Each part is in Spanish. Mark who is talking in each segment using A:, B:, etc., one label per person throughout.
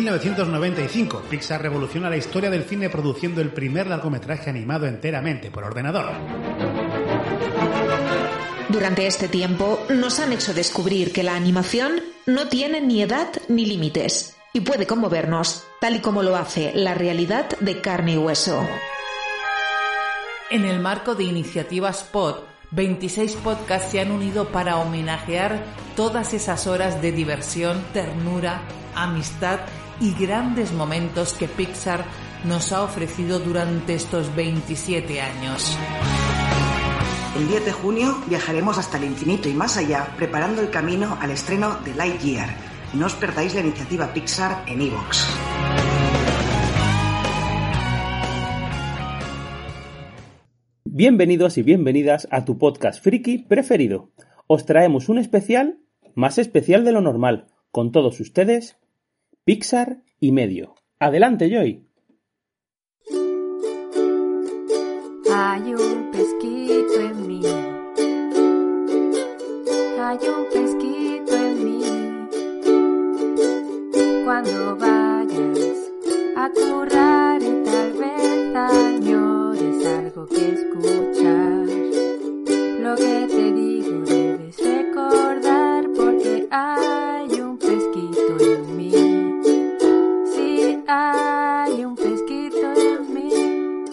A: 1995, Pixar revoluciona la historia del cine produciendo el primer largometraje animado enteramente por ordenador.
B: Durante este tiempo nos han hecho descubrir que la animación no tiene ni edad ni límites y puede conmovernos, tal y como lo hace la realidad de carne y hueso.
C: En el marco de iniciativas POD, 26 podcasts se han unido para homenajear todas esas horas de diversión, ternura, amistad y grandes momentos que Pixar nos ha ofrecido durante estos 27 años.
D: El 10 de junio viajaremos hasta el infinito y más allá, preparando el camino al estreno de Lightyear. No os perdáis la iniciativa Pixar en iVoox.
E: Bienvenidos y bienvenidas a tu podcast friki preferido. Os traemos un especial, más especial de lo normal, con todos ustedes, Pixar y medio. Adelante, Joy.
F: Hay un pesquito en mí. Hay un pesquito en mí. Cuando vayas a currar y tal vez añores algo que escuchar. Lo que te digo debes recordar porque hay un pesquito en mí. Sí, hay un pesquito en mí.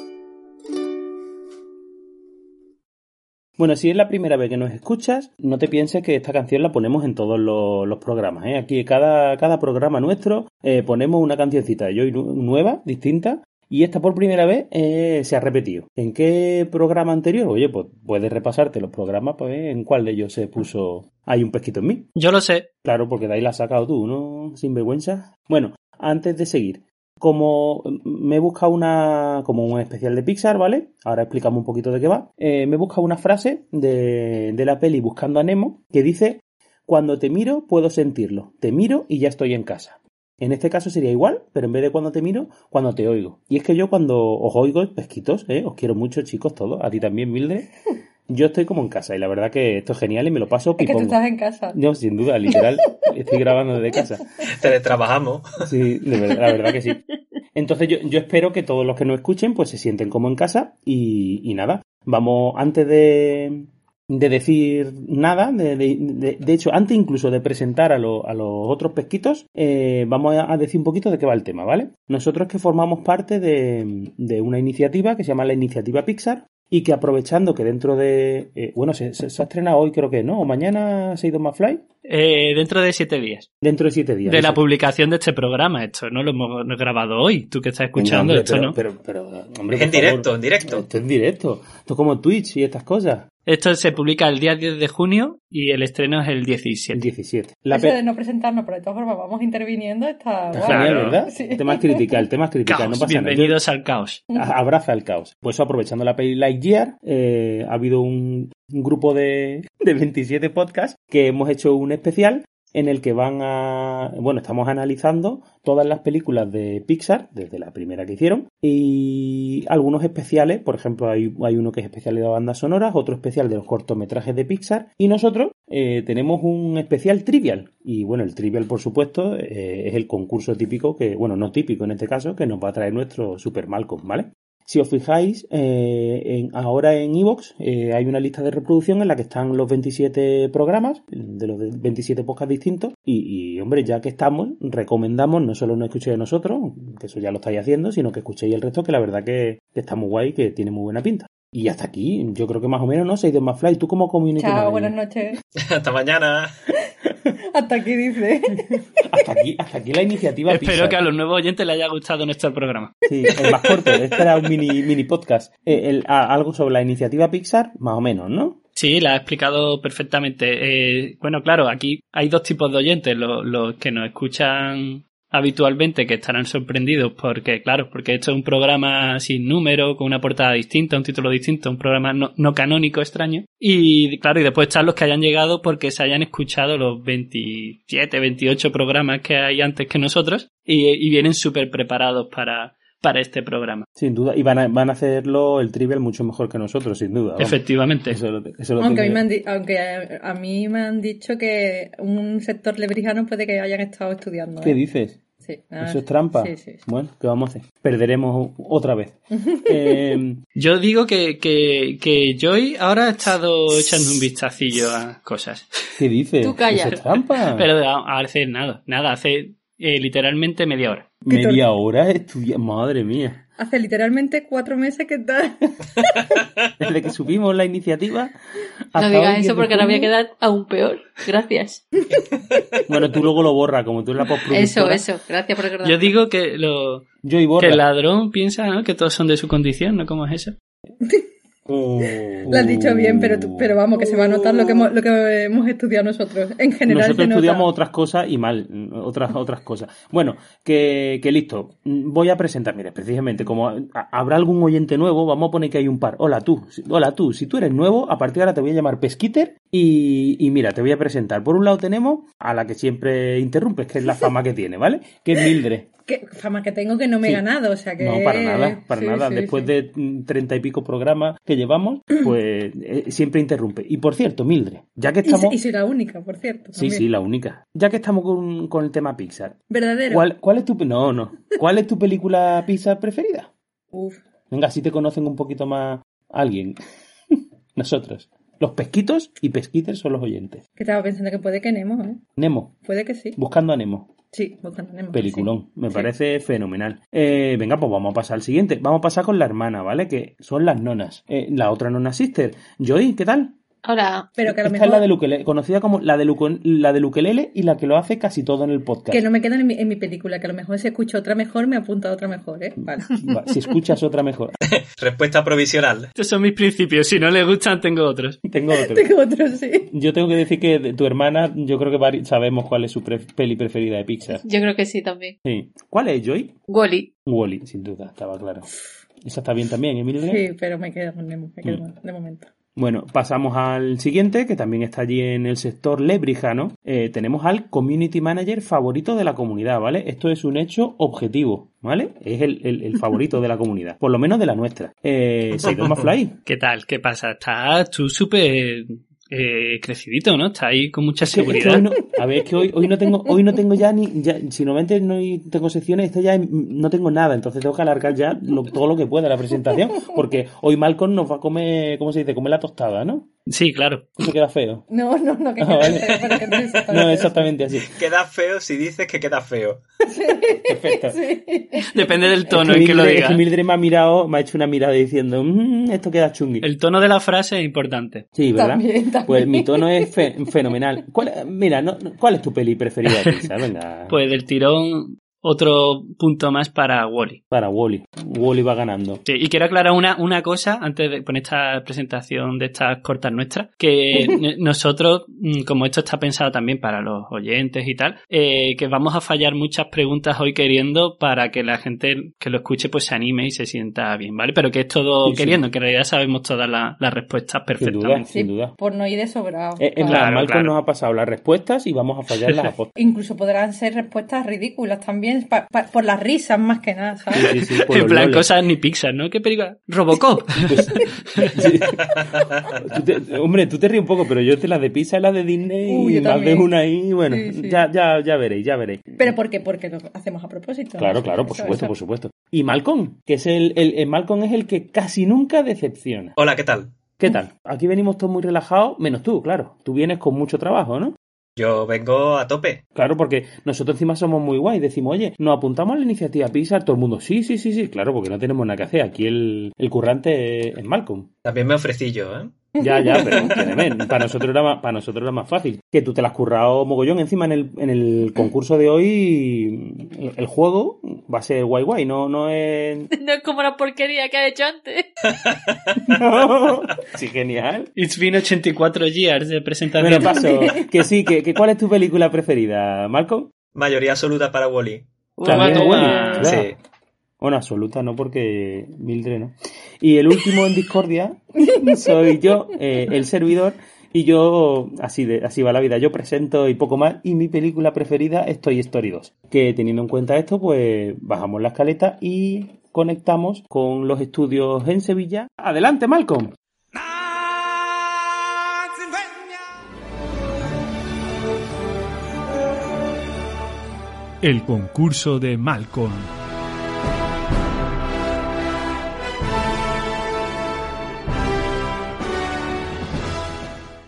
E: Bueno, si es la primera vez que nos escuchas, no te pienses que esta canción la ponemos en todos los, los programas. ¿eh? Aquí cada, cada programa nuestro eh, ponemos una cancioncita de Joy nu- nueva, distinta, y esta por primera vez eh, se ha repetido. ¿En qué programa anterior? Oye, pues puedes repasarte los programas para ver en cuál de ellos se puso Hay un pesquito en mí.
G: Yo lo sé.
E: Claro, porque de ahí la has sacado tú, ¿no? Sin vergüenza. Bueno, antes de seguir, como mm, me he buscado una. como un especial de Pixar, ¿vale? Ahora explicamos un poquito de qué va. Eh, me he buscado una frase de, de la peli Buscando a Nemo que dice: Cuando te miro, puedo sentirlo. Te miro y ya estoy en casa. En este caso sería igual, pero en vez de cuando te miro, cuando te oigo. Y es que yo cuando os oigo, pesquitos, ¿eh? os quiero mucho, chicos, todos. A ti también, Mildred. Yo estoy como en casa y la verdad que esto es genial y me lo paso
H: Es que tú
E: pipongo.
H: estás en casa.
E: No, sin duda, literal. Estoy grabando desde casa.
G: Teletrabajamos.
E: Sí, de verdad, la verdad que sí. Entonces yo, yo espero que todos los que nos escuchen pues se sienten como en casa y, y nada. Vamos, antes de, de decir nada, de, de- de- de hecho, antes incluso de presentar a, lo- a los otros pesquitos, eh, vamos a, a decir un poquito de qué va el tema, ¿vale? Nosotros que formamos parte de, de una iniciativa que se llama la Iniciativa Pixar y que aprovechando que dentro de... eh, bueno, se, se, se ha estrenado hoy creo que, ¿no? ¿O mañana se ha ido más fly?
G: Eh, dentro de siete días.
E: Dentro de siete días.
G: De la
E: Eso.
G: publicación de este programa, esto no lo hemos no he grabado hoy. Tú que estás
E: Venga,
G: escuchando
E: hombre,
G: esto,
E: pero-
G: ¿no?
E: pero- pero, hombre,
G: Es
E: por
G: en
E: favor.
G: directo, en directo.
E: Esto es en directo. Esto es como Twitch y estas cosas.
G: Esto se publica el día 10 de junio y el estreno es el
E: El
G: 17.
E: 17. La
H: Eso
E: pe-
H: de no presentarnos, pero de todas formas vamos interviniendo. Está
E: Está
H: guay.
G: Claro.
E: genial, ¿verdad?
H: Sí.
E: El tema es criticar, el tema es criticar,
G: Caos,
E: no pasa nada. Yo-
G: bienvenidos al caos.
E: A- abraza el caos. Pues aprovechando la peli Lightyear, eh, ha habido un, un grupo de, de 27 podcasts que hemos hecho un especial en el que van a... Bueno, estamos analizando todas las películas de Pixar, desde la primera que hicieron, y algunos especiales, por ejemplo, hay, hay uno que es especial de bandas sonoras, otro especial de los cortometrajes de Pixar, y nosotros eh, tenemos un especial trivial. Y bueno, el trivial, por supuesto, eh, es el concurso típico, que bueno, no típico en este caso, que nos va a traer nuestro Super Malcolm, ¿vale? Si os fijáis, eh, en- ahora en Evox hay una lista de reproducción en la que están los 27 programas, de los de- 27 podcasts distintos. Y, y, hombre, ya que estamos, recomendamos no solo no escuchéis a nosotros, que eso ya lo estáis haciendo, sino que escuchéis el resto, que la verdad que, que está muy guay, que tiene muy buena pinta. Y hasta aquí, yo creo que más o menos, ¿no? Seis de más fly. ¿Tú como community manager?
H: Chao, buenas noches.
G: Hasta mañana.
H: Hasta aquí dice.
E: Hasta aquí, hasta aquí la iniciativa.
G: Espero
E: Pixar.
G: que a los nuevos oyentes les haya gustado nuestro programa.
E: Sí, el más corto. Este era un mini, mini podcast. Eh, el- a- algo sobre la iniciativa Pixar, más o menos, ¿no?
G: Sí, la ha explicado perfectamente. Eh, bueno, claro, aquí hay dos tipos de oyentes, los, los que nos escuchan habitualmente, que estarán sorprendidos porque, claro, porque esto es un programa sin número, con una portada distinta, un título distinto, un programa no, no canónico extraño. Y, claro, y después están los que hayan llegado porque se hayan escuchado los 27, 28 programas que hay antes que nosotros y, y vienen súper preparados para, para este programa.
E: Sin duda, y van a, van a hacerlo el trivial mucho mejor que nosotros, sin duda. vamos.
G: Efectivamente.
E: Eso lo, eso lo
H: Aunque, a mí
E: tengo yo.
H: me han di- aunque a, a mí me han dicho que un sector lebrijano puede que hayan estado estudiando.
E: ¿Qué
H: ¿eh?
E: dices?
H: Sí, nada,
E: Eso es trampa.
H: Sí, sí, sí.
E: Bueno, ¿qué vamos a hacer? Perderemos otra vez. Eh,
G: Yo digo que, que, que Joy ahora ha estado echando un vistacillo a cosas.
E: ¿Qué dices?
H: Tú calla.
E: Eso es trampa.
G: Pero a- hace nada, nada, hace eh, literalmente media hora.
E: Media hora estudiando. Madre mía.
H: Hace literalmente cuatro meses que está.
E: Desde que subimos la iniciativa. hasta
F: No
E: hoy,
F: digas
E: 10 de
F: eso porque ahora voy a
E: junio.
F: quedar aún peor. Gracias.
E: Bueno, tú luego lo borras, como tú eres la postproductora.
F: Eso, eso. Gracias por recordarme.
G: Yo digo que lo
E: Yo y
G: que
E: borra.
G: el ladrón piensa ¿no? que todos son de su condición, ¿no? ¿Cómo es eso?
E: Oh.
H: Lo has dicho bien, pero, tú- pero vamos, que se va a notar lo que hemos, lo que hemos estudiado nosotros. En general,
E: Nosotros
H: se nota.
E: estudiamos otras cosas y mal, mm, otras, otras cosas. Bueno, que, que listo. Mm, Voy a presentar, mire, precisamente, como a- a- habrá algún oyente nuevo, vamos a poner que hay un par. Hola tú, si- hola tú, si tú eres nuevo, a partir de ahora te voy a llamar Pesquiter y, y mira, te voy a presentar. Por un lado tenemos a la que siempre interrumpes, que es la fama que tiene, ¿vale? Que es Mildred.
H: Que fama que tengo que no me he
E: Sí.
H: ganado, o sea que...
E: No, para nada, para
H: Eh, Sí,
E: nada.
H: sí,
E: Después
H: sí.
E: de mm, treinta y pico programas que llevamos, pues eh, siempre interrumpe. Y por cierto, Mildred, ya que
H: Y,
E: estamos...
H: y soy la única, por cierto.
E: Sí,
H: también.
E: sí, la única. Ya que estamos con, con el tema Pixar,
H: Verdadero.
E: ¿cuál, cuál es tu pe- no, no. ¿Cuál es tu película Pixar preferida?
H: Uf.
E: Venga, si te conocen un poquito más alguien. Nosotros. Los pesquitos y pesquiters son los oyentes.
H: Que estaba pensando que puede que Nemo, ¿eh?
E: Nemo,
H: Puede que sí.
E: buscando a Nemo.
H: Sí, buscando Nemo.
E: Peliculón. Me
H: Sí.
E: parece fenomenal. Eh, venga, pues vamos a pasar al siguiente. Vamos a pasar con la hermana, ¿vale? Que son las nonas. Eh, la otra nona sister. Joy, ¿qué tal?
F: Ahora,
H: sí. Pero que a lo
E: Esta
H: mejor...
E: es la de Luquele, conocida como la de, Luco- la de Luquelele y la que lo hace casi todo en el podcast.
H: Que no me quedan en mi, en mi película, que a lo mejor si escucho otra mejor, me apunta a otra mejor,
E: Mm.
H: ¿eh? Vale.
E: Va, Si escuchas otra mejor.
I: Respuesta provisional.
G: Estos son mis principios, si no le gustan tengo otros.
E: Tengo otro.
H: Tengo otro, sí.
E: Yo tengo que decir que de tu hermana, yo creo que vari- sabemos cuál es su pre- peli preferida de Pixar.
F: yo creo que sí también.
E: Sí. ¿Cuál es, Joy?
F: Wally.
E: Wally, sin duda, estaba claro. Esa está bien también, ¿eh, Mildred?
H: Sí, pero me quedo con Nemo, me quedo con-
E: Mm.
H: de momento.
E: Bueno, pasamos al siguiente, que también está allí en el sector lebrijano. Eh, tenemos al community manager favorito de la comunidad, ¿vale? Esto es un hecho objetivo, ¿vale? Es el, el- el favorito de la comunidad, por lo menos de la nuestra. Eh, Seidon McFly.
G: ¿Qué tal? ¿Qué pasa? Estás tú súper eh, crecidito, ¿no? Estás ahí con mucha
E: Es que hoy
G: seguridad.
E: no- a ver, es que hoy, hoy no tengo, hoy no tengo ya ni, ya, si normalmente no hay- tengo secciones, esta ya no tengo nada, entonces tengo que alargar ya lo- todo lo que pueda la presentación, porque hoy Malcolm nos va a comer, ¿cómo se dice? Comer la tostada, ¿no?
G: Sí, claro.
E: Eso queda feo.
H: No, no, no, que
E: Ah, vale.
H: que- pero que no es
E: No,
H: exactamente eso.
E: exactamente así.
I: Queda feo si dices que queda feo.
E: Perfecto.
H: Sí.
G: Depende del
E: Es
G: tono en que lo
E: Mildred- es
G: digas.
E: que Mildred me ha mirado, me ha hecho una mirada diciendo, "Mm, esto queda chungui.
G: El tono de la frase es importante.
E: Sí, ¿verdad?
H: También, también.
E: Pues mi tono es fe- fenomenal. ¿Cuál, mira, no- no- ¿cuál es tu peli preferida, Pixar? Venga.
G: Pues del tirón, otro punto más para Wally.
E: Para Wally. Wally va ganando.
G: Sí, y quiero aclarar una, una cosa antes de poner esta presentación de estas cortas nuestras, que n- nosotros, mm, como esto está pensado también para los oyentes y tal, eh, que vamos a fallar muchas preguntas hoy queriendo para que la gente que lo escuche pues se anime y se sienta bien, ¿vale? Pero que es todo
E: Sí, sí.
G: queriendo, que en realidad sabemos todas la- las respuestas
E: Sin duda,
G: perfectamente.
E: sin duda.
H: Por no ir de sobrado.
E: Eh, En
H: Vale.
E: plan,
G: Claro,
E: Malcolm
G: claro.
E: nos ha pasado las respuestas y vamos a fallar las apostas.
H: Incluso podrán ser respuestas ridículas también, pa- pa- por las risas más que nada, ¿sabes?
E: Sí, sí, por
G: en
E: los
G: plan,
E: loles.
G: cosas ni Pixar, ¿no? ¿Qué película? Robocop.
E: Pues- sí. Tú te- hombre, tú te ríes un poco, pero yo te las de Pisa y las de Disney
H: Uy, yo
E: y más de
H: también.
E: una ahí. Bueno,
H: Sí, sí.
E: Ya, ya, ya veréis, ya veréis.
H: Pero ¿por qué? Porque lo hacemos a propósito.
E: Claro,
H: Eso,
E: claro, por
H: eso,
E: supuesto,
H: eso.
E: por supuesto. Y Malcolm, que es el, el, el Malcolm es el que casi nunca decepciona.
I: Hola, ¿qué tal?
E: ¿Qué tal? Aquí venimos todos muy relajados, menos tú, claro. Tú vienes con mucho trabajo, ¿no?
I: Yo vengo a tope.
E: Claro, porque nosotros encima somos muy guay. Decimos, oye, nos apuntamos a la iniciativa Pixar, todo el mundo, sí, sí, sí, sí, claro, porque no tenemos nada que hacer. Aquí el, el currante es- es Malcolm.
I: También me ofrecí yo, ¿eh?
E: Ya, ya, pero créeme, para nosotros era más, para nosotros era más fácil. Que tú te la has currado mogollón. Encima en el, en el concurso de hoy el, el juego va a ser guay guay, no, no es.
F: No es como la porquería que ha hecho antes.
E: Sí, genial.
G: It's been 84 years de
E: Bueno,
G: presentación.
E: paso. Que sí, que, que ¿cuál es tu película preferida, Malcolm?
I: Mayoría absoluta para Wally.
E: También
G: Toma,
E: Wall-E,
G: toma.
E: claro. Ah,
I: Sí.
E: Bueno, absoluta, no porque Mildred no. Y el último en discordia soy yo, eh, el servidor, y yo, así, de, así va la vida, yo presento y poco más, y mi película preferida es Toy Story 2. Que teniendo en cuenta esto, pues bajamos la escaleta y conectamos con los estudios en Sevilla. Adelante, Malcolm.
J: El concurso de Malcolm.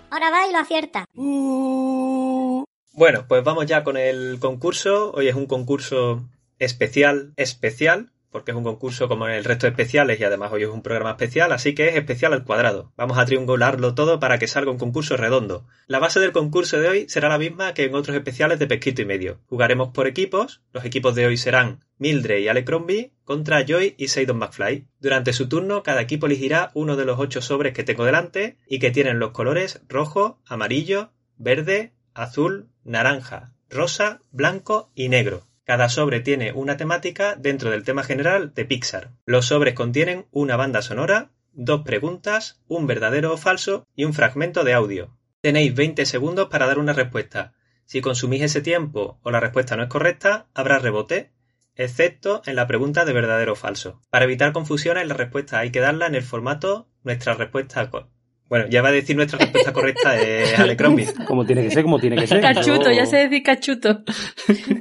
K: Ahora va y lo acierta.
H: Bueno, pues vamos ya con el concurso. Hoy es un concurso especial, especial, porque es un concurso como el resto de especiales y además hoy es un programa especial, así que es especial al cuadrado. Vamos a triangularlo todo para que salga un concurso redondo. La base del concurso de hoy será la misma que en otros especiales de Pesquito y Medio. Jugaremos por equipos, los equipos de hoy serán Mildred y Alecrombie contra Joy y Seidon McFly. Durante su turno, cada equipo elegirá uno de los ocho sobres que tengo delante y que tienen los colores rojo, amarillo, verde, azul, naranja, rosa, blanco y negro. Cada sobre tiene una temática dentro del tema general de Pixar. Los sobres contienen una banda sonora, dos preguntas, un verdadero o falso y un fragmento de audio. Tenéis 20 segundos para dar una respuesta. Si consumís ese tiempo o la respuesta no es correcta, habrá rebote, excepto en la pregunta de verdadero o falso. Para evitar confusiones, la respuesta hay que darla en el formato nuestra respuesta. co- Bueno, ya va a decir nuestra respuesta correcta de Alecrombie.
E: Como tiene que ser, como tiene que ser.
F: Cachuto, ya sé decir cachuto.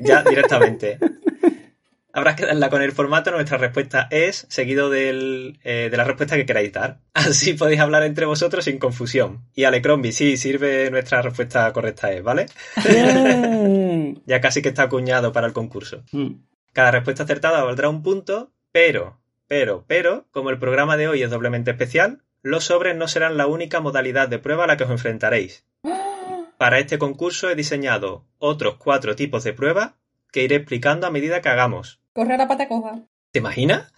H: Ya directamente. Habrá que darla con el formato, nuestra respuesta es, seguido del, eh, de la respuesta que queráis dar. Así podéis hablar entre vosotros sin confusión. Y Alecrombie, sí, sirve nuestra respuesta correcta es, ¿vale? ya casi que está acuñado para el concurso.
E: Mm.
H: Cada respuesta acertada valdrá un punto, pero, pero, pero, como el programa de hoy es doblemente especial, los sobres no serán la única modalidad de prueba a la que os enfrentaréis. Para este concurso he diseñado otros cuatro tipos de pruebas que iré explicando a medida que hagamos.
L: Corre a la pata coja.
H: ¿Te imaginas?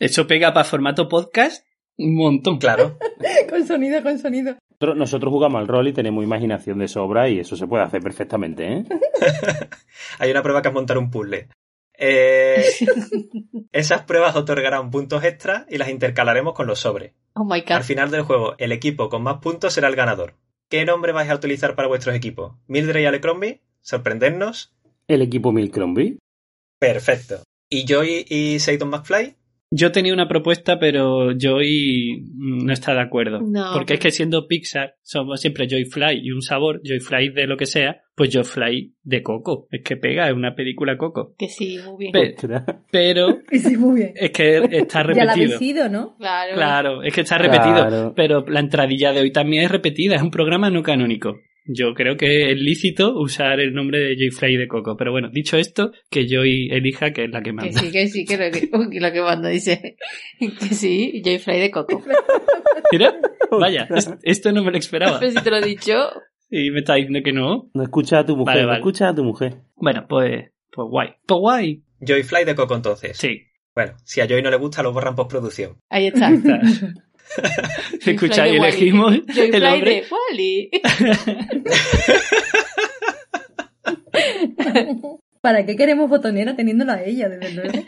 G: Eso pega para formato podcast un montón.
H: Claro.
L: con sonido, con sonido.
E: Nosotros, nosotros jugamos al rol y tenemos imaginación de sobra y eso se puede hacer perfectamente, ¿eh?
H: Hay una prueba que es montar un puzzle. Eh, esas pruebas otorgarán puntos extra y las intercalaremos con los sobres.
F: Oh my
H: Al
F: god.
H: final del juego, el equipo con más puntos será el ganador. ¿Qué nombre vais a utilizar para vuestros equipos? ¿Mildred y Alecrombie? ¿Sorprendernos?
E: El equipo Milcrombie.
H: Perfecto. ¿Y Joy y Seidon McFly?
G: Yo tenía una propuesta, pero Joy mm, no está de acuerdo.
F: No.
G: Porque es que siendo Pixar, somos siempre Joy Fly y un sabor, Joy Fly de lo que sea, pues Joy Fly de Coco. Es que pega, es una película Coco.
F: Que sí, muy bien.
G: Pe- pero
L: Y sí, muy bien.
G: es que está
L: Ya la habéis
G: repetido.
L: ido, ¿no?
F: Claro.
G: Claro, es que está repetido.
E: Claro.
G: Pero la entradilla de hoy también es repetida, es un programa no canónico. Yo creo que es lícito usar el nombre de Joy Fly de Coco. Pero bueno, dicho esto, que Joy elija que es la que
F: Que
G: manda.
F: sí, que sí, que lo que, uy, que lo que manda dice. Que sí, Jay Fry de Coco.
G: Mira, vaya, es- esto no me lo esperaba.
F: Pero si te lo he dicho,
G: Y me está diciendo que no.
E: No escucha a tu mujer,
G: Vale,
E: no
G: vale.
E: escucha a tu mujer.
G: Bueno, pues, pues guay. Pues guay.
H: Joy Fly de Coco entonces.
G: Sí.
H: Bueno, si a Joy no le gusta, lo borran postproducción.
F: ahí está.
G: está. Escucháis, elegimos
F: Joy
G: el
F: Fly
G: nombre.
F: de Wally.
L: ¿Para qué queremos botonera teniéndola a ella, desde luego?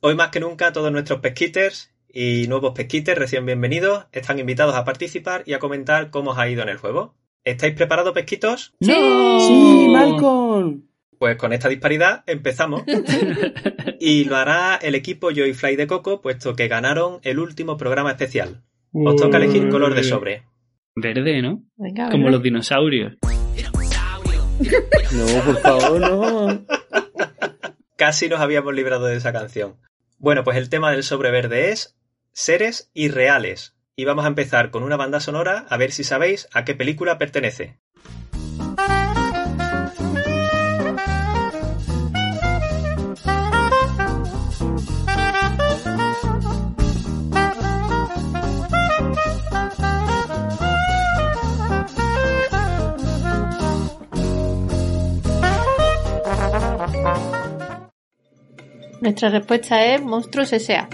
H: Hoy más que nunca, todos nuestros pesquiters y nuevos pesquiters recién bienvenidos están invitados a participar y a comentar cómo os ha ido en el juego. ¿Estáis preparados, pesquitos?
G: ¡No!
E: ¡Sí, Malcolm!
H: Pues con esta disparidad empezamos. y lo hará el equipo Joy Fly de Coco, puesto que ganaron el último programa especial. Os toca elegir color de sobre.
G: Verde, ¿no?
F: Venga,
G: Como
F: venga.
G: los dinosaurios.
E: No, por favor, no.
H: Casi nos habíamos librado de esa canción. Bueno, pues el tema del sobre verde es seres irreales. Y vamos a empezar con una banda sonora a ver si sabéis a qué película pertenece.
F: Nuestra respuesta es Monstruos S.A.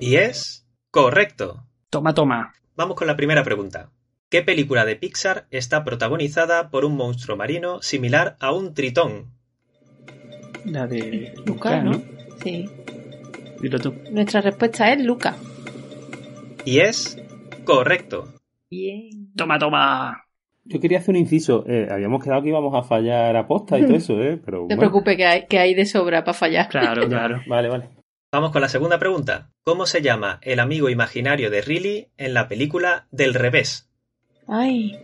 H: Y es correcto.
G: Toma, toma.
H: Vamos con la primera pregunta. ¿Qué película de Pixar está protagonizada por un monstruo marino similar a un tritón?
G: La de
F: Luca,
G: Luca,
F: ¿no?
G: ¿no?
F: Sí.
G: Dilo tú.
F: Nuestra respuesta es Luca.
H: Y es correcto.
F: Bien.
G: Toma, toma.
E: Yo quería hacer un inciso. Eh, habíamos quedado que íbamos a fallar aposta y todo eso, ¿eh? Pero
F: No te
E: bueno.
F: preocupes que hay, que hay de sobra para fallar.
G: Claro, claro.
E: Vale, vale.
H: Vamos con la segunda pregunta. ¿Cómo se llama el amigo imaginario de Riley en la película Del revés?
F: Ay,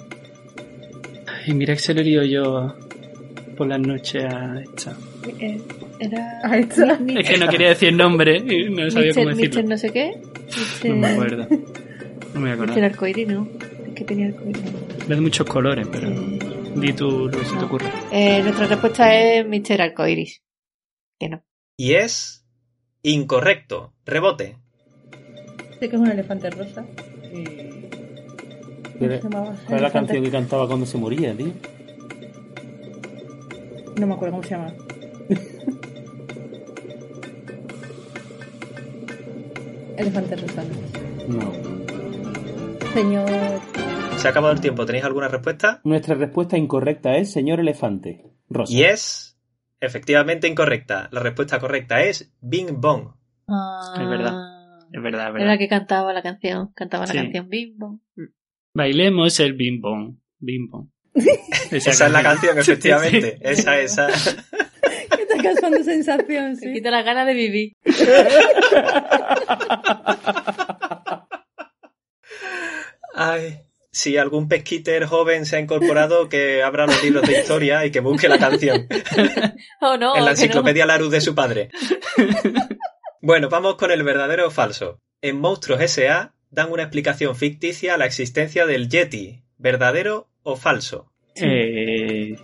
G: Y mira que se lo lío yo por las noches a esta.
F: eh, era.
M: Ahí está.
F: Mi-
G: Es que no quería decir nombre y no sabía
F: Mister,
G: cómo
F: Mister
G: decirlo.
F: no sé qué. Mister,
G: No me acuerdo. No me
F: Mister
G: acuerdo.
F: Arcoíris, ¿no? Es que tenía arcoíris.
G: Le de muchos colores, pero di tú lo que se te
F: No.
G: ocurre.
F: Eh, nuestra respuesta es Mister Arcoíris. Que no.
H: Y es incorrecto. Rebote.
M: Sé que es un elefante rosa. ¿Cómo se
E: ¿Cuál
M: llamaba?
E: era la
M: Elefante-
E: canción que cantaba cuando se moría, tío?
M: No me acuerdo cómo se llama. elefante rosa.
E: No.
M: Señor.
H: Se ha acabado el tiempo. ¿Tenéis alguna respuesta?
E: Nuestra respuesta incorrecta es Señor Elefante. Rosa.
H: Y es efectivamente incorrecta. La respuesta correcta es Bing Bong.
G: Es verdad, es
F: Era Ah.
G: verdad, es
F: la
G: verdad.
F: que cantaba la canción. Cantaba la
G: Sí.
F: canción Bimbo.
G: Bailemos el bim bom. Bim bom.
H: Esa, es la canción,
G: Sí, sí, sí.
H: efectivamente. Esa, esa.
M: Está causando sensación,
F: Se
M: sí.
F: quita la gana de vivir.
H: Ay. Si algún pesquiter joven se ha incorporado, que abra los libros de historia y que busque la canción.
F: Oh, no.
H: en la
F: que no.
H: enciclopedia Larus de su padre. bueno, vamos con el verdadero o falso. En Monstruos S.A. dan una explicación ficticia a la existencia del Yeti. ¿Verdadero o falso?
G: Eh,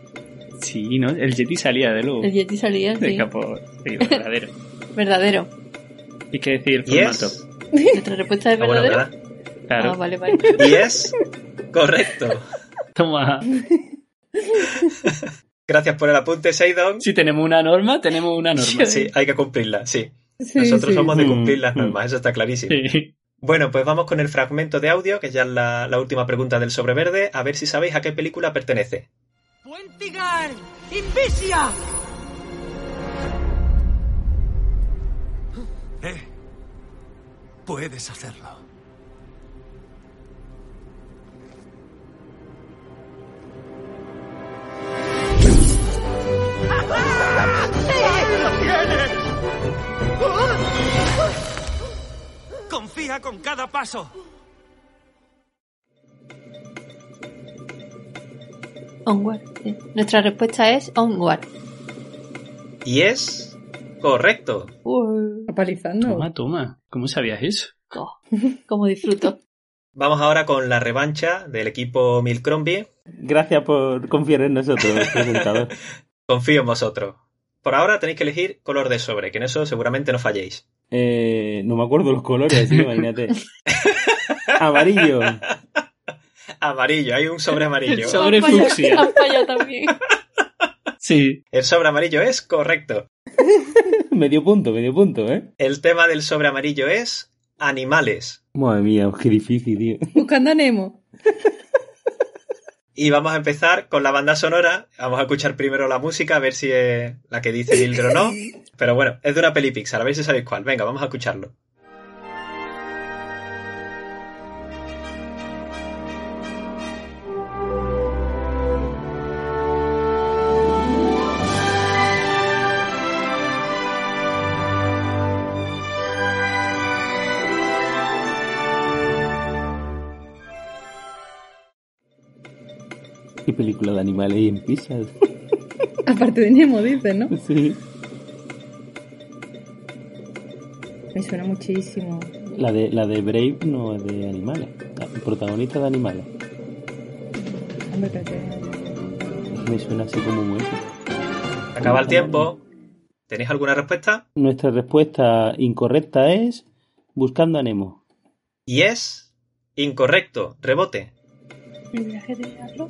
G: sí, ¿no? El Yeti salía de luego.
F: El Yeti salía, sí.
G: Venga, pues, digo, verdadero.
F: Verdadero.
G: Hay que decir
H: Y es...
G: formato.
F: Nuestra respuesta es
H: Ah, bueno,
F: verdadero.
H: ¿verdad?
G: Claro.
F: Ah, vale, vale.
H: Y es correcto.
G: Toma.
H: Gracias por el apunte, Seidon.
G: Si tenemos una norma, tenemos una norma.
H: Sí, hay que cumplirla, sí.
M: Sí,
H: Nosotros
M: sí.
H: somos de
E: Mm,
H: cumplir las
E: mm.
H: normas, eso está clarísimo.
G: Sí.
H: Bueno, pues vamos con el fragmento de audio, que ya es la, la última pregunta del sobreverde, a ver si sabéis a qué película pertenece.
N: ¡Puentigar! ¡Invicia!
A: Eh, puedes hacerlo.
N: Confía con cada paso.
F: Onward. sí. Nuestra respuesta es Onward.
H: Y es correcto.
F: Uh,
M: Apalizando.
G: Toma, toma. ¿Cómo sabías eso?
F: co- Como disfruto.
H: Vamos ahora con la revancha del equipo Milcrombie.
E: Gracias por confiar en nosotros, presentador.
H: Confío en vosotros. Por ahora tenéis que elegir color de sobre, que en eso seguramente no falléis.
E: Eh, no me acuerdo los colores, tío, imagínate. Amarillo.
H: Amarillo, hay un sobre amarillo.
G: El Sobre
F: Han fallado-
G: fucsia.
F: Han fallado también.
G: Sí.
H: El sobre amarillo es correcto.
E: Medio punto, medio punto, ¿eh?
H: El tema del sobre amarillo es animales.
E: Madre mía, qué difícil, tío.
M: Buscando a Nemo.
H: Y vamos a empezar con la banda sonora. Vamos a escuchar primero la música, a ver si es la que dice Mildred o no. Pero bueno, es de una peli Pixar, a ver si sabéis cuál. Venga, vamos a escucharlo.
E: Qué película de animales y en pizza.
M: Aparte de Nemo, dices, ¿no?
E: Sí.
M: Me suena muchísimo.
E: La de, la de Brave no es de animales. La protagonista de animales.
M: Hombre, pero que...
E: Es que me suena así como muy.
H: Acaba el tiempo. ¿Tenéis alguna respuesta?
E: Nuestra respuesta incorrecta es buscando a Nemo.
H: Y es incorrecto. Rebote.
F: El viaje de Arlo.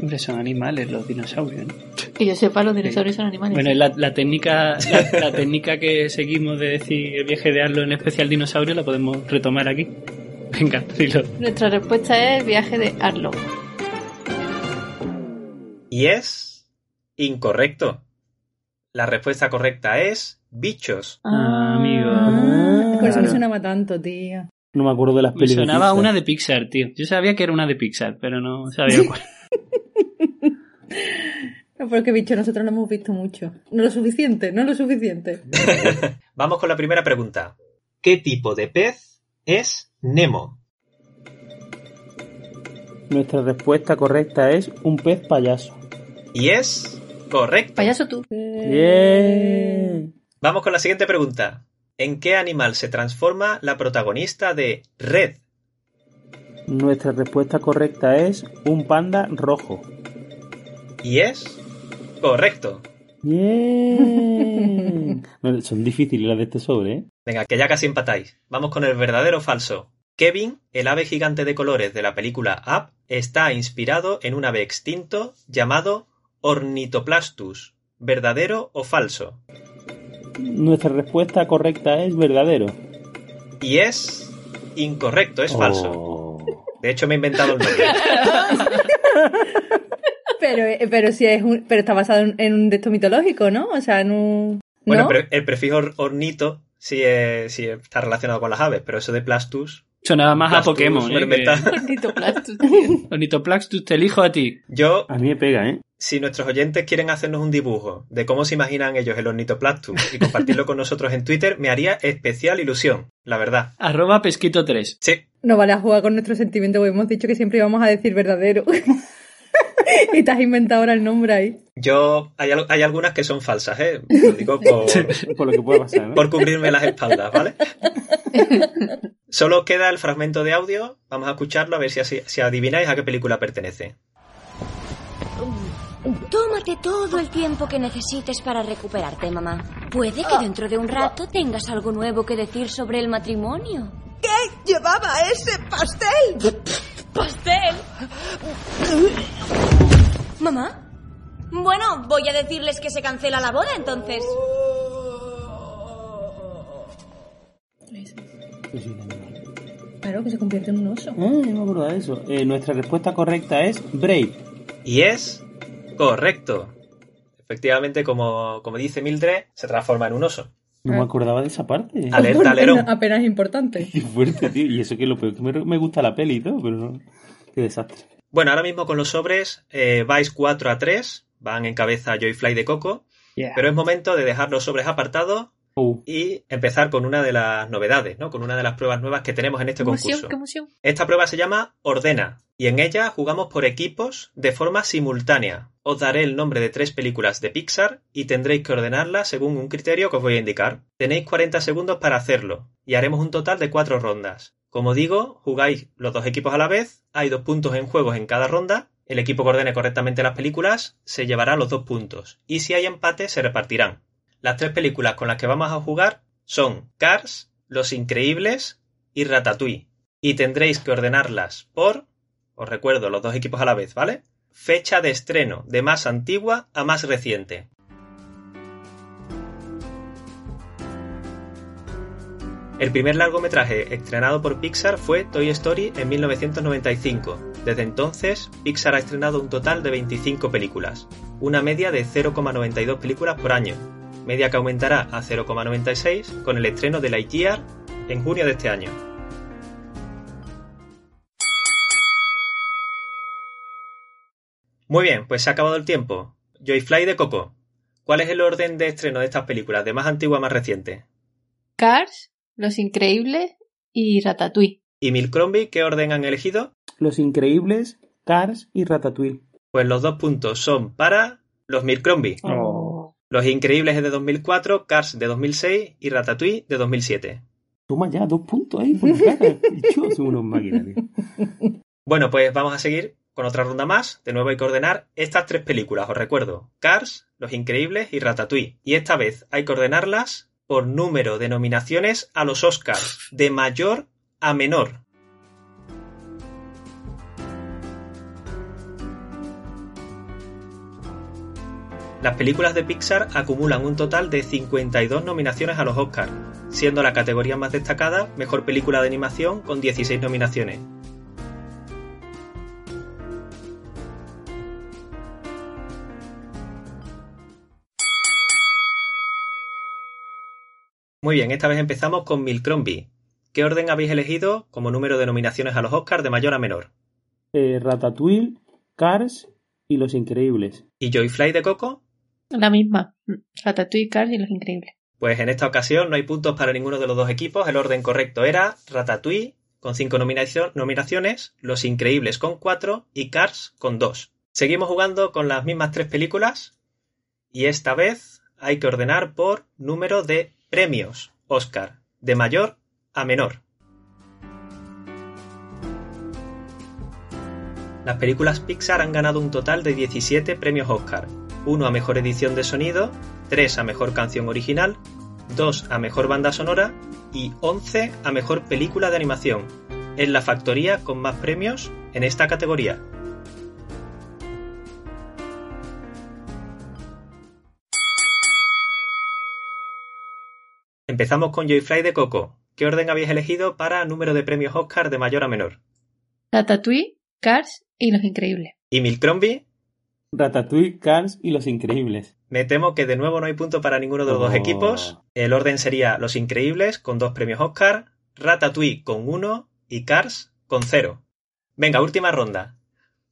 G: Hombre, son animales los dinosaurios. ¿no?
F: Que yo sepa, los dinosaurios son animales.
G: Bueno, es la, la técnica la, la técnica que seguimos de decir el viaje de Arlo en especial dinosaurio la podemos retomar aquí. Venga, dilo.
F: Nuestra respuesta es viaje de Arlo.
H: Y es incorrecto. La respuesta correcta es bichos.
G: Ah, amigo.
M: Ah, por eso me
G: claro.
M: sonaba tanto, tía.
E: No me acuerdo de las
G: Me
E: películas.
G: sonaba una de Pixar, tío. Yo sabía que era una de Pixar, pero no sabía cuál.
M: No, porque bicho, nosotros no hemos visto mucho. No lo suficiente, no lo suficiente.
H: Vamos con la primera pregunta. ¿Qué tipo de pez es Nemo?
O: Nuestra respuesta correcta es un pez payaso.
E: Y es correcto.
F: Payaso tú.
O: Bien.
E: Vamos con la siguiente pregunta. ¿En qué animal se transforma la protagonista de Red?
O: Nuestra respuesta correcta es un panda rojo.
E: Y es correcto.
O: Bien. No, Son difíciles las de este sobre, ¿eh?
E: Venga, que ya casi empatáis. Vamos con el verdadero o falso. Kevin, el ave gigante de colores de la película Up, está inspirado en un ave extinto llamado Ornitoplastus. ¿Verdadero o falso?
O: Nuestra respuesta correcta es verdadero.
E: Y es incorrecto, es
O: Oh.
E: falso. De hecho, me he inventado el nombre.
H: Pero, eh, pero sí es un, pero está basado en, en un texto mitológico, ¿no? O sea, en un
E: Bueno,
H: ¿no?
E: pero el prefijo or- ornito sí, es- sí está relacionado con las aves, pero eso de plastus.
G: Sonaba más a
E: Plastus,
G: Pokémon, ¿eh?
E: me lo he inventado.
G: Ornitoplastus, te elijo a ti.
E: Yo,
O: A mí me pega, ¿eh?
E: si nuestros oyentes quieren hacernos un dibujo de cómo se imaginan ellos el ornitoplastus y compartirlo con nosotros en Twitter, me haría especial ilusión, la verdad.
G: Arroba pesquito 3.
E: Sí,
H: No vale a jugar con nuestro sentimiento, porque hemos dicho que siempre íbamos a decir verdadero. y te has inventado ahora el nombre ahí.
E: yo hay, al- hay algunas que son falsas, ¿eh? Lo digo por,
O: Por lo que pueda pasar, ¿eh? ¿no?
E: por cubrirme las espaldas, ¿vale? Solo queda el fragmento de audio, vamos a escucharlo a ver si, así- si adivináis a qué película pertenece.
P: Tómate todo el tiempo que necesites para recuperarte, mamá. Puede que dentro de un rato tengas algo nuevo que decir sobre el matrimonio. ¿Qué llevaba ese pastel? ¿Pastel? ¿Mamá? Bueno, voy a decirles que se cancela la boda entonces.
H: Claro, que se convierte en un oso.
O: Ah, no me acordaba de eso. Eh, nuestra respuesta correcta es Brave.
E: Y es correcto. Efectivamente, como, como dice Mildred, se transforma en un oso.
O: No me acordaba de esa parte.
E: Alerta, alerón.
H: Apenas importante.
O: Qué fuerte, tío. Y eso que es lo peor que me, me gusta la peli y todo, pero no. Qué desastre.
E: Bueno, ahora mismo con los sobres eh, vais 4 a 3, van en cabeza Joyfly de Coco, pero es momento de dejar los sobres apartados
O: Uh.
E: y empezar con una de las novedades, ¿no? Con una de las pruebas nuevas que tenemos en este
F: emoción,
E: concurso.
F: qué emoción.
E: Esta prueba se llama Ordena y en ella jugamos por equipos de forma simultánea. Os daré el nombre de tres películas de Pixar y tendréis que ordenarlas según un criterio que os voy a indicar. Tenéis 40 segundos para hacerlo y haremos un total de cuatro rondas. Como digo, jugáis los dos equipos a la vez, hay dos puntos en juego en cada ronda. El equipo que ordene correctamente las películas se llevará los dos puntos y si hay empate se repartirán. Las tres películas con las que vamos a jugar son Cars, Los Increíbles y Ratatouille y tendréis que ordenarlas por, os recuerdo, los dos equipos a la vez, ¿vale? Fecha de estreno, de más antigua a más reciente. El primer largometraje estrenado por Pixar fue Toy Story en 1995. Desde entonces, Pixar ha estrenado un total de 25 películas, una media de 0,92 películas por año, media que aumentará a 0,96 con el estreno de Lightyear en junio de este año. Muy bien, pues se ha acabado el tiempo. Joyfly de Coco. ¿Cuál es el orden de estreno de estas películas, de más antigua a más reciente?
F: Cars, Los Increíbles y Ratatouille.
E: ¿Y Milcrombie qué orden han elegido?
O: Los Increíbles, Cars y Ratatouille.
E: Pues los dos puntos son para los Milcrombie. Los Increíbles es de 2004, Cars de 2006 y Ratatouille de 2007.
O: Toma ya, dos puntos ahí por la cara. Yo soy unos máquinas, tío.
E: Bueno, pues vamos a seguir con otra ronda más. De nuevo hay que ordenar estas tres películas, os recuerdo. Cars, Los Increíbles y Ratatouille. Y esta vez hay que ordenarlas por número de nominaciones a los Oscars, de mayor a menor. Las películas de Pixar acumulan un total de 52 nominaciones a los Oscars, siendo la categoría más destacada Mejor Película de Animación con 16 nominaciones. Muy bien, esta vez empezamos con Milcrombie. ¿Qué orden habéis elegido como número de nominaciones a los Oscars de mayor a menor?
O: Eh, Ratatouille, Cars y Los Increíbles.
E: ¿Y Joyfly de Coco?
F: La misma. Ratatouille, Cars y Los Increíbles.
E: Pues en esta ocasión no hay puntos para ninguno de los dos equipos. El orden correcto era Ratatouille, con cinco nominación- nominaciones, Los Increíbles con cuatro y Cars con dos. Seguimos jugando con las mismas tres películas y esta vez hay que ordenar por número de premios Oscar, de mayor a menor. Las películas Pixar han ganado un total de 17 premios Oscar, uno a mejor edición de sonido, 3 a mejor canción original, 2 a mejor banda sonora y 11 a mejor película de animación. Es la factoría con más premios en esta categoría. Empezamos con Joy Fly de Coco. ¿Qué orden habéis elegido para número de premios Oscar de mayor a menor?
F: Ratatouille, Cars y Los Increíbles.
E: ¿Y Milcrombie?
O: Ratatouille, Cars y Los Increíbles.
E: Me temo que de nuevo no hay punto para ninguno de los dos
O: Oh.
E: equipos. El orden sería Los Increíbles con dos premios Oscar, Ratatouille con uno y Cars con cero. Venga, última ronda.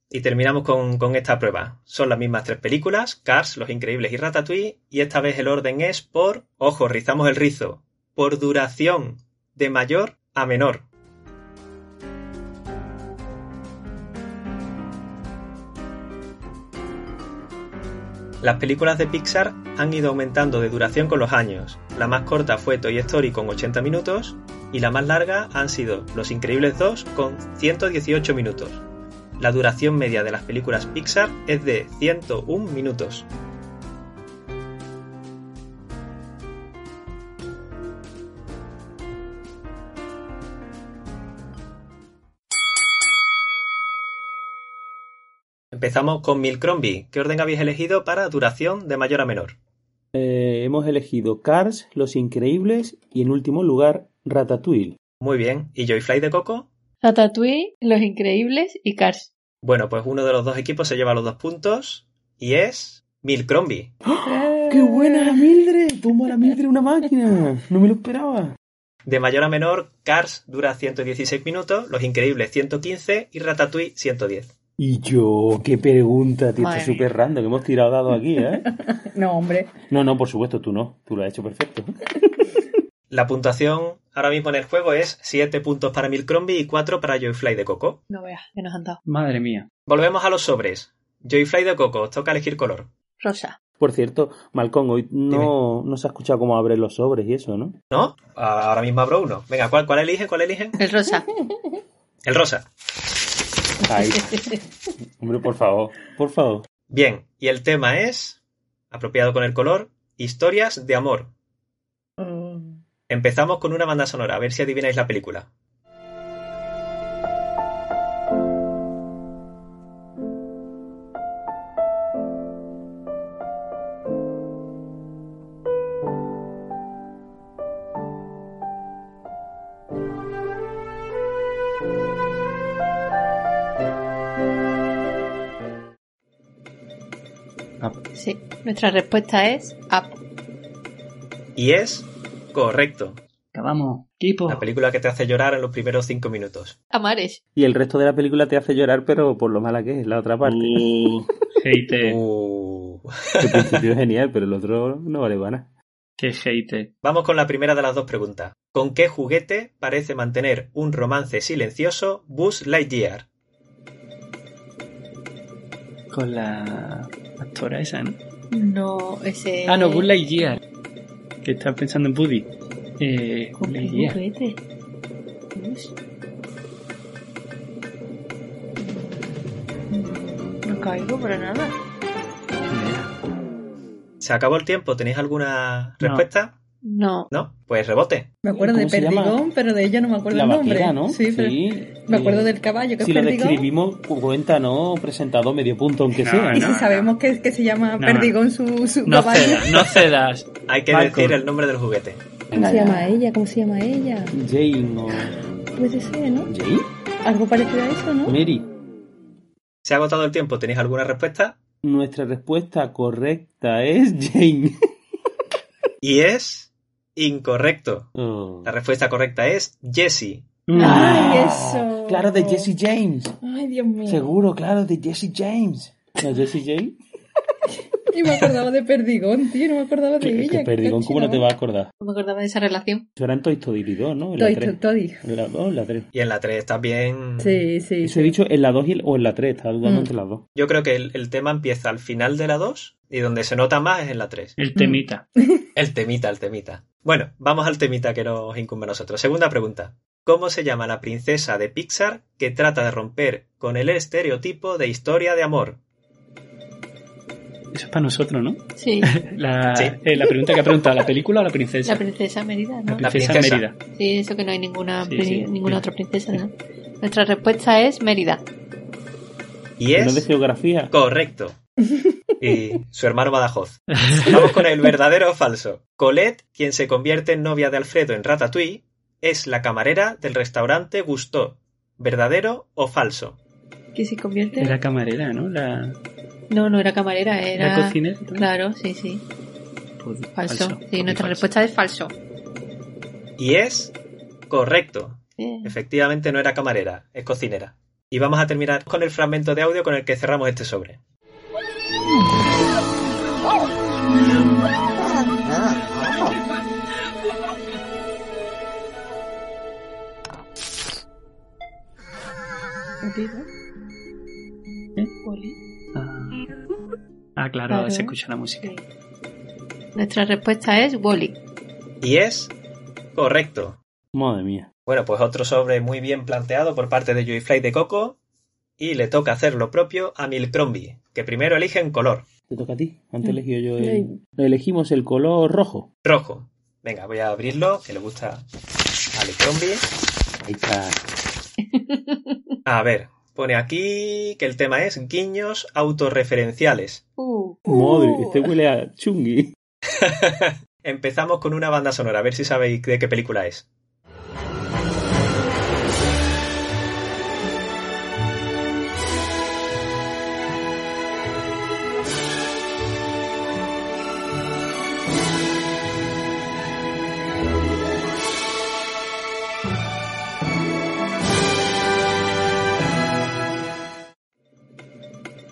E: Y terminamos con, con esta prueba. Son las mismas tres películas, Cars, Los Increíbles y Ratatouille, y esta vez el orden es por, ojo, rizamos el rizo, por duración, de mayor a menor. Las películas de Pixar han ido aumentando de duración con los años. La más corta fue Toy Story con 80 minutos y la más larga han sido Los Increíbles 2 con 118 minutos. La duración media de las películas Pixar es de 101 minutos. Empezamos con Milcrombie. ¿Qué orden habéis elegido para duración de mayor a menor?
O: Eh, hemos elegido Cars, Los Increíbles y en último lugar Ratatouille.
E: Muy bien. ¿Y Joyfly de Coco?
F: Ratatouille, Los Increíbles y Cars.
E: Bueno, pues uno de los dos equipos se lleva los dos puntos y es Milcrombie.
O: ¡Qué buena la Mildred! ¡Tumba la Mildred una máquina! No me lo esperaba.
E: De mayor a menor, Cars dura 116 minutos, Los Increíbles 115 y Ratatouille 110.
O: Y yo, qué pregunta, tío. Está
E: Madre mía.
O: súper random. Hemos tirado dado aquí, ¿eh?
H: No, hombre.
O: No, no, por supuesto, tú no. Tú lo has hecho perfecto.
E: La puntuación ahora mismo en el juego es 7 puntos para Milcrombie y 4 para Joyfly de Coco.
F: No veas, que nos han dado.
G: Madre mía.
E: Volvemos a los sobres. Joyfly de Coco, os toca elegir color.
F: Rosa.
O: Por cierto, Malcón, hoy no, no se ha escuchado cómo abres los sobres y eso, ¿no?
E: ¿No? Ah, Ahora mismo abro uno. Venga, ¿cuál, cuál eligen? ¿Cuál eligen?
F: El rosa.
E: El rosa.
O: Ay, hombre, por favor, por favor.
E: Bien, y el tema es, apropiado con el color, historias de amor. Empezamos con una banda sonora, a ver si adivináis la película.
F: Sí, nuestra respuesta es Up.
E: Y es correcto.
G: Vamos, equipo.
E: La película que te hace llorar en los primeros cinco minutos.
F: Amares.
O: Y el resto de la película te hace llorar, pero por lo mala que es la otra parte.
G: Uh, Hate.
E: Uh.
O: El principio es genial, pero el otro no vale para nada.
G: Qué hate.
E: Vamos con la primera de las dos preguntas. ¿Con qué juguete parece mantener un romance silencioso Buzz Lightyear?
G: Con la actora esa, ¿no?
F: No, ese.
G: Ah, no, Buzz Lightyear. Que estaba pensando en Buddy. Eh, Buzz Lightyear.
F: Juguete. Dios. No caigo para nada.
E: ¿Se acabó el tiempo? ¿Tenéis alguna respuesta?
F: No.
E: ¿No? Pues rebote.
H: Me acuerdo de
O: ¿Cómo se llama?
H: Perdigón, pero de ella no me acuerdo el nombre.
O: vaquera, ¿no?
H: Sí, pero me acuerdo del caballo que
O: Si
H: es
O: lo
H: Perdigón.
O: describimos, cu- cuenta, ¿no? Presentado medio punto, aunque
G: No,
O: sea.
H: Y si sabemos que, que se llama Perdigón su, su caballo.
G: no cedas.
E: Hay que
O: Falcon.
E: decir el nombre del juguete.
H: ¿Cómo se llama ella? ¿Cómo se llama ella?
O: Jane o...
H: Puede ser, ¿no?
O: ¿Jane?
H: Algo parecido a eso, ¿no?
O: Mary.
E: ¿Se ha agotado el tiempo? ¿Tenéis alguna respuesta?
O: Nuestra respuesta correcta es Jane.
E: Y es incorrecto.
O: Oh.
E: La respuesta correcta es Jesse.
H: ¡Ay, eso!
O: Claro, de Jesse James.
H: ¡Ay, Dios mío!
O: Seguro, claro, de Jesse James. ¿No, Jesse James?
H: Y me acordaba de Perdigón, tío, no me acordaba de
O: Que-
H: ella.
O: que
H: qué
O: Perdigón, ¿cómo no te
H: cachina.
O: vas a acordar?
F: No me acordaba de esa relación.
O: Eso era en Toy Story 2, ¿no? En
H: Toy
O: la 3.
H: Story.
O: En la 2 en la 3.
E: Y en la 3 también.
H: Sí, sí.
O: Eso he dicho en la 2 y el- o en la 3, estaba dudando
E: Mm.
O: entre las dos.
E: Yo creo que el, el tema empieza al final de la 2 y donde se nota más es en la 3.
O: Mm.
G: El temita.
E: El temita, el temita. Bueno, vamos al temita que nos incumbe a nosotros. Segunda pregunta. ¿Cómo se llama la princesa de Pixar que trata de romper con el estereotipo de historia de amor?
G: Eso es para nosotros, ¿no?
F: Sí.
G: La, eh, la pregunta que ha preguntado, ¿la película o la princesa?
F: La princesa Mérida, ¿no?
G: La princesa Mérida.
F: Sí, eso que no hay ninguna,
G: Sí,
F: pri-
G: sí.
F: ninguna otra princesa, ¿no? Nuestra respuesta es Mérida.
E: Y es...
O: de geografía?
E: Correcto. Y su hermano Badajoz. Vamos con el verdadero o falso. Colette, quien se convierte en novia de Alfredo en Ratatouille, es la camarera del restaurante Gusteau. ¿Verdadero o falso?
F: Que se convierte.
G: Era camarera, ¿no? La,
F: No, no era camarera, era.
G: ¿Era cocinera?
F: Claro, sí, sí.
G: Falso.
F: Falso.
G: Falso.
F: Sí, nuestra respuesta es falso.
E: Y es correcto.
F: Bien.
E: Efectivamente no era camarera, es cocinera. Y vamos a terminar con el fragmento de audio con el que cerramos este sobre.
G: ¿Eh? Ah, claro,
F: Claro.
G: se escucha la música.
F: Nuestra respuesta es Wally.
E: Y es correcto.
O: Madre mía.
E: Bueno, pues otro sobre muy bien planteado por parte de Joyfly de Coco. Y le toca hacer lo propio a Milcrombie, que primero elige en color.
O: Te toca a ti. Antes
E: Mm.
O: elegí yo
E: Ay.
G: eh,
O: el... Elegimos el color rojo.
E: Rojo. Venga, voy a abrirlo, que le gusta a Milcrombie.
O: Ahí está.
E: A ver, pone aquí que el tema es guiños autorreferenciales.
F: Uh.
O: Madre, este huele a chungui.
E: Empezamos con una banda sonora, a ver si sabéis de qué película es.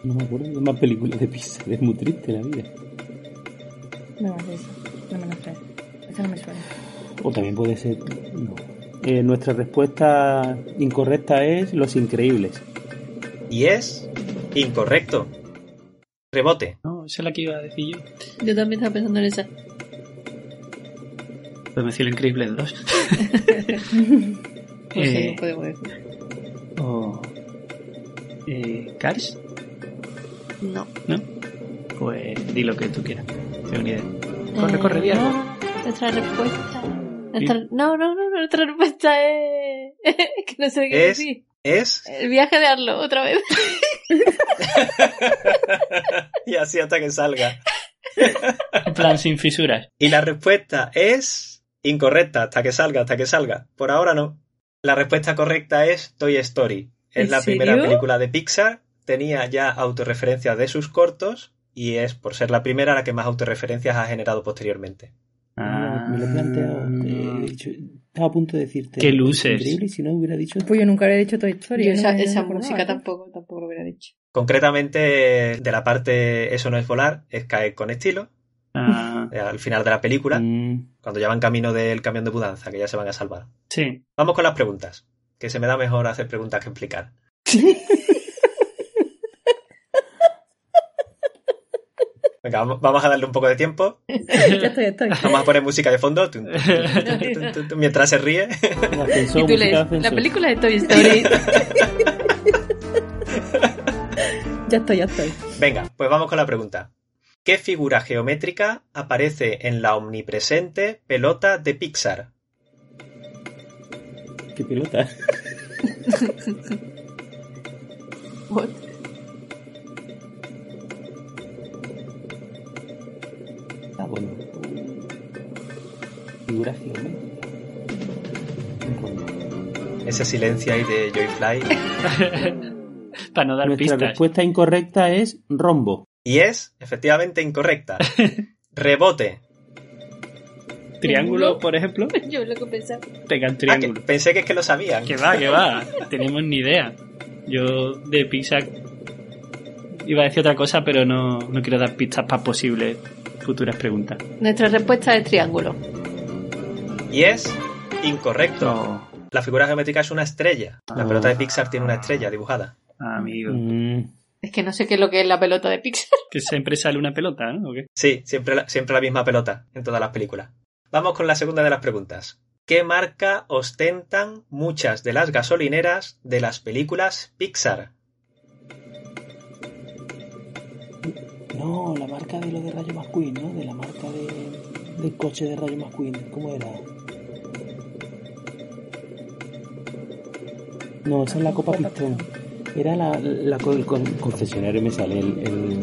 O: No me acuerdo de más películas de Pixar. Es muy triste la vida.
H: No, esa, no me la sé. Esa no me suena.
O: O también puede ser... no. Eh, nuestra respuesta incorrecta es Los Increíbles.
E: Y es incorrecto. Rebote.
G: No, esa es la que iba a decir yo.
F: Yo también estaba pensando en esa.
G: Podemos decir lo increíble dos.
F: Pues sí,
G: Eh,
F: no podemos decir.
G: o, eh, ¿Cars?
F: No.
G: ¿No? Pues di lo que tú quieras. No Tengo ni idea. Corre, corre, di algo.
F: Eh, No, Nuestra respuesta. nuestra- No, no, no, no, nuestra respuesta es. que no sé qué
E: Es-
F: decir.
E: Es,
F: El viaje de Arlo, otra vez.
E: y así hasta que salga.
G: En plan, sin fisuras.
E: Y la respuesta es incorrecta, hasta que salga, hasta que salga. Por ahora no. La respuesta correcta es Toy Story. Es
F: ¿En
E: la primera
F: serio?
E: película de Pixar, tenía ya autorreferencias de sus cortos y es, por ser la primera, la que más autorreferencias ha generado posteriormente.
O: Ah, me lo he planteado. te he dicho- estaba a punto de decirte.
G: Mm. Qué
O: Los
G: luces.
O: Increíbles, si no hubiera dicho.
H: Pues yo nunca le he dicho Toy Story.
F: Yo
H: no
F: esa
H: me- no
F: esa
H: me
F: música
H: acordaba.
F: tampoco, tampoco lo hubiera dicho.
E: Concretamente, de la parte Eso no es volar, es caer con estilo,
G: Ah.
E: eh, al final de la película,
F: Mm.
G: Mm.
E: cuando ya van camino del camión de mudanza, que ya se van a salvar.
G: Sí.
E: Vamos con las preguntas, que se me da mejor hacer preguntas que explicar. Venga, vamos- vamos a darle un poco de tiempo.
H: Ya estoy, estoy.
E: Vamos a poner música de fondo tun, tun, tun, tun, tun, tun, tun, mientras se ríe.
F: Y tú lees la película de Toy Story.
H: Ya estoy, ya estoy.
E: Venga, pues vamos con la pregunta. ¿Qué figura geométrica aparece en la omnipresente pelota de Pixar?
O: ¿Qué pelota?
F: What?
O: Ah, bueno. Figura geométrica.
E: Ese silencio ahí de Joyfly.
G: Para no dar
O: Nuestra
G: pistas.
O: respuesta incorrecta es rombo.
E: Y es efectivamente incorrecta. Rebote.
G: Triángulo, por ejemplo.
F: Yo lo que pensaba.
G: Pega el triángulo.
E: pensé Ah, que es que lo sabían.
G: Que va, que va. Tenemos ni idea. Yo de Pixar Iba a decir otra cosa, pero no, no quiero dar pistas para posibles futuras preguntas.
F: Nuestra respuesta es triángulo.
E: Y es incorrecto. La figura geométrica es una estrella.
O: Ah.
E: La pelota de Pixar tiene una estrella dibujada.
G: Amigo.
F: Es que no sé qué es lo que es la pelota de Pixar.
G: Que siempre sale una pelota, ¿no? ¿O qué?
E: Sí, siempre la, siempre la misma pelota en todas las películas. Vamos con la segunda de las preguntas. ¿Qué marca ostentan muchas de las gasolineras de las películas Pixar?
O: No, la marca de lo de Rayo McQueen, ¿no? De la marca de, del coche de Rayo McQueen. ¿Cómo era? No, esa es la Copa Pistón. Era la, la co- el con- concesionario me sale el, el-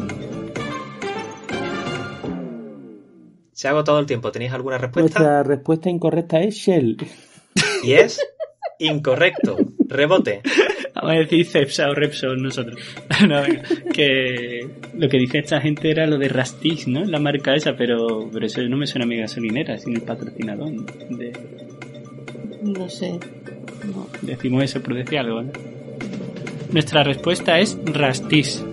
E: Se hago todo el tiempo. ¿Tenéis alguna respuesta?
O: Nuestra respuesta incorrecta es Shell.
E: Y es incorrecto. Rebote.
G: Vamos a decir Cepsa o Repsol nosotros. No, venga, que lo que dice esta gente era lo de Rastis, ¿no? La marca esa, pero, pero eso no me suena a mi gasolinera, sino el patrocinador. De-
F: No sé. No.
G: decimos eso por decir algo, ¿no? Nuestra respuesta es Rastis.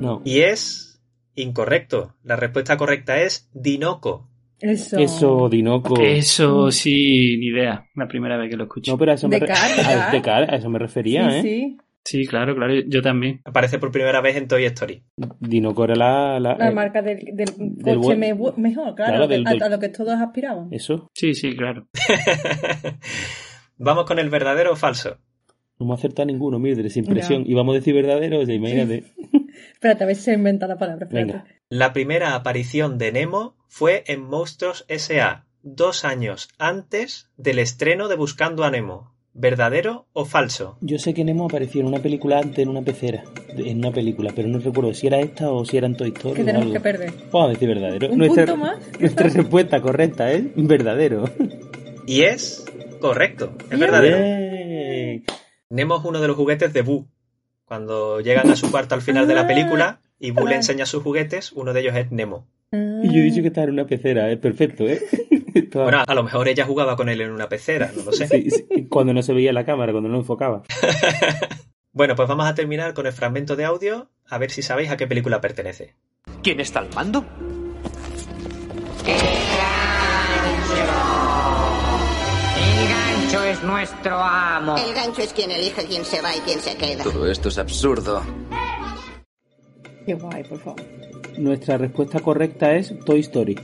O: No.
E: Y es incorrecto. La respuesta correcta es Dinoco.
H: Eso.
O: Eso, Dinoco.
G: Eso sí, ni idea. La primera vez que lo escucho.
O: No, pero a eso, me
H: De
O: re-
H: cara.
O: a- de cara, a eso me refería, ¿eh?
H: sí.
G: Sí, claro, claro, yo también.
E: Aparece por primera vez en Toy Story.
O: Dinoco era la... la-
H: La
O: eh,
H: marca del, del
O: del
H: coche
O: buen-
H: me- mejor, claro,
O: Claro, del-
H: a-
O: del-
H: a, lo que todos aspiraban.
O: Eso.
G: Sí, sí, claro.
E: Vamos con el verdadero o falso.
O: No me acerta ninguno, Mildred, sin presión. Y vamos a decir verdadero, o sea, imagínate.
H: Espérate, a ver si se inventa la palabra. espérate.
O: Venga.
E: La primera aparición de Nemo fue en Monstruos S.A., dos años antes del estreno de Buscando a Nemo. ¿Verdadero o falso?
O: Yo sé que Nemo apareció en una película antes, en una pecera. de- En una película, pero no recuerdo si era esta o si era en Toy Story.
H: Que
O: o
H: tenemos
O: algo.
H: que perder.
O: Vamos a decir verdadero.
H: Un
O: Nuestra,
H: punto más.
O: nuestra respuesta correcta es ¿eh? verdadero.
E: Y es correcto, es verdadero.
O: Bien.
E: Nemo es uno de los juguetes de Boo. Cuando llegan a su cuarto al final de la película y Boo le enseña sus juguetes, uno de ellos es Nemo.
O: Y yo he dicho que estaba en una pecera, es perfecto, ¿eh? Estaba-
E: Bueno, a lo mejor ella jugaba con él en una pecera, no lo sé.
O: Sí, sí, cuando no se veía la cámara, cuando no enfocaba.
E: Bueno, pues vamos a terminar con el fragmento de audio, a ver si sabéis a qué película pertenece.
Q: ¿Quién está al mando?
R: El gancho es nuestro amo.
S: El gancho es quien elige quién se va y quién se queda.
T: Todo esto es absurdo.
H: Qué guay, por favor.
O: Nuestra respuesta correcta es Toy Story.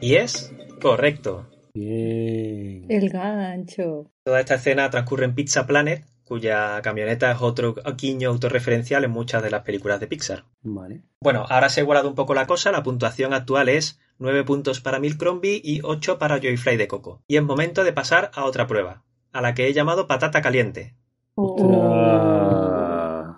E: Y es correcto.
O: Bien.
H: Ah, El gancho.
E: Toda esta escena transcurre en Pizza Planet, cuya camioneta es otro guiño autorreferencial en muchas de las películas de Pixar.
O: Vale.
E: Bueno, ahora se ha igualado un poco la cosa, la puntuación actual es 9 puntos para Milcrombie y 8 para Joyfly de Coco. Y es momento de pasar a otra prueba, a la que he llamado patata caliente.
O: Oh.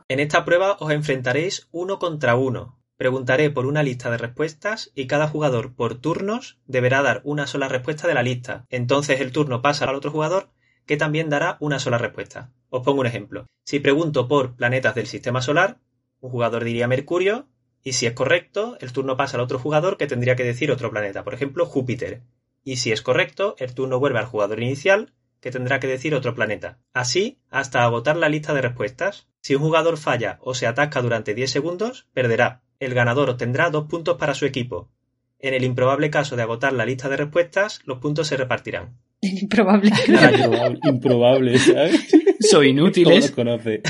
E: En esta prueba os enfrentaréis uno contra uno. Preguntaré por una lista de respuestas y cada jugador por turnos deberá dar una sola respuesta de la lista. Entonces el turno pasa al otro jugador que también dará una sola respuesta. Os pongo un ejemplo. Si pregunto por planetas del sistema solar, un jugador diría Mercurio y si es correcto, el turno pasa al otro jugador que tendría que decir otro planeta, por ejemplo Júpiter. Y si es correcto, el turno vuelve al jugador inicial que tendrá que decir otro planeta. Así hasta agotar la lista de respuestas. Si un jugador falla o se atasca durante 10 segundos, perderá. El ganador obtendrá dos puntos para su equipo. En el improbable caso de agotar la lista de respuestas, los puntos se repartirán.
F: Improbable.
O: Improbable, improbable, ¿sabes?
G: Soy
O: Todos
G: inútiles.
O: los conoce.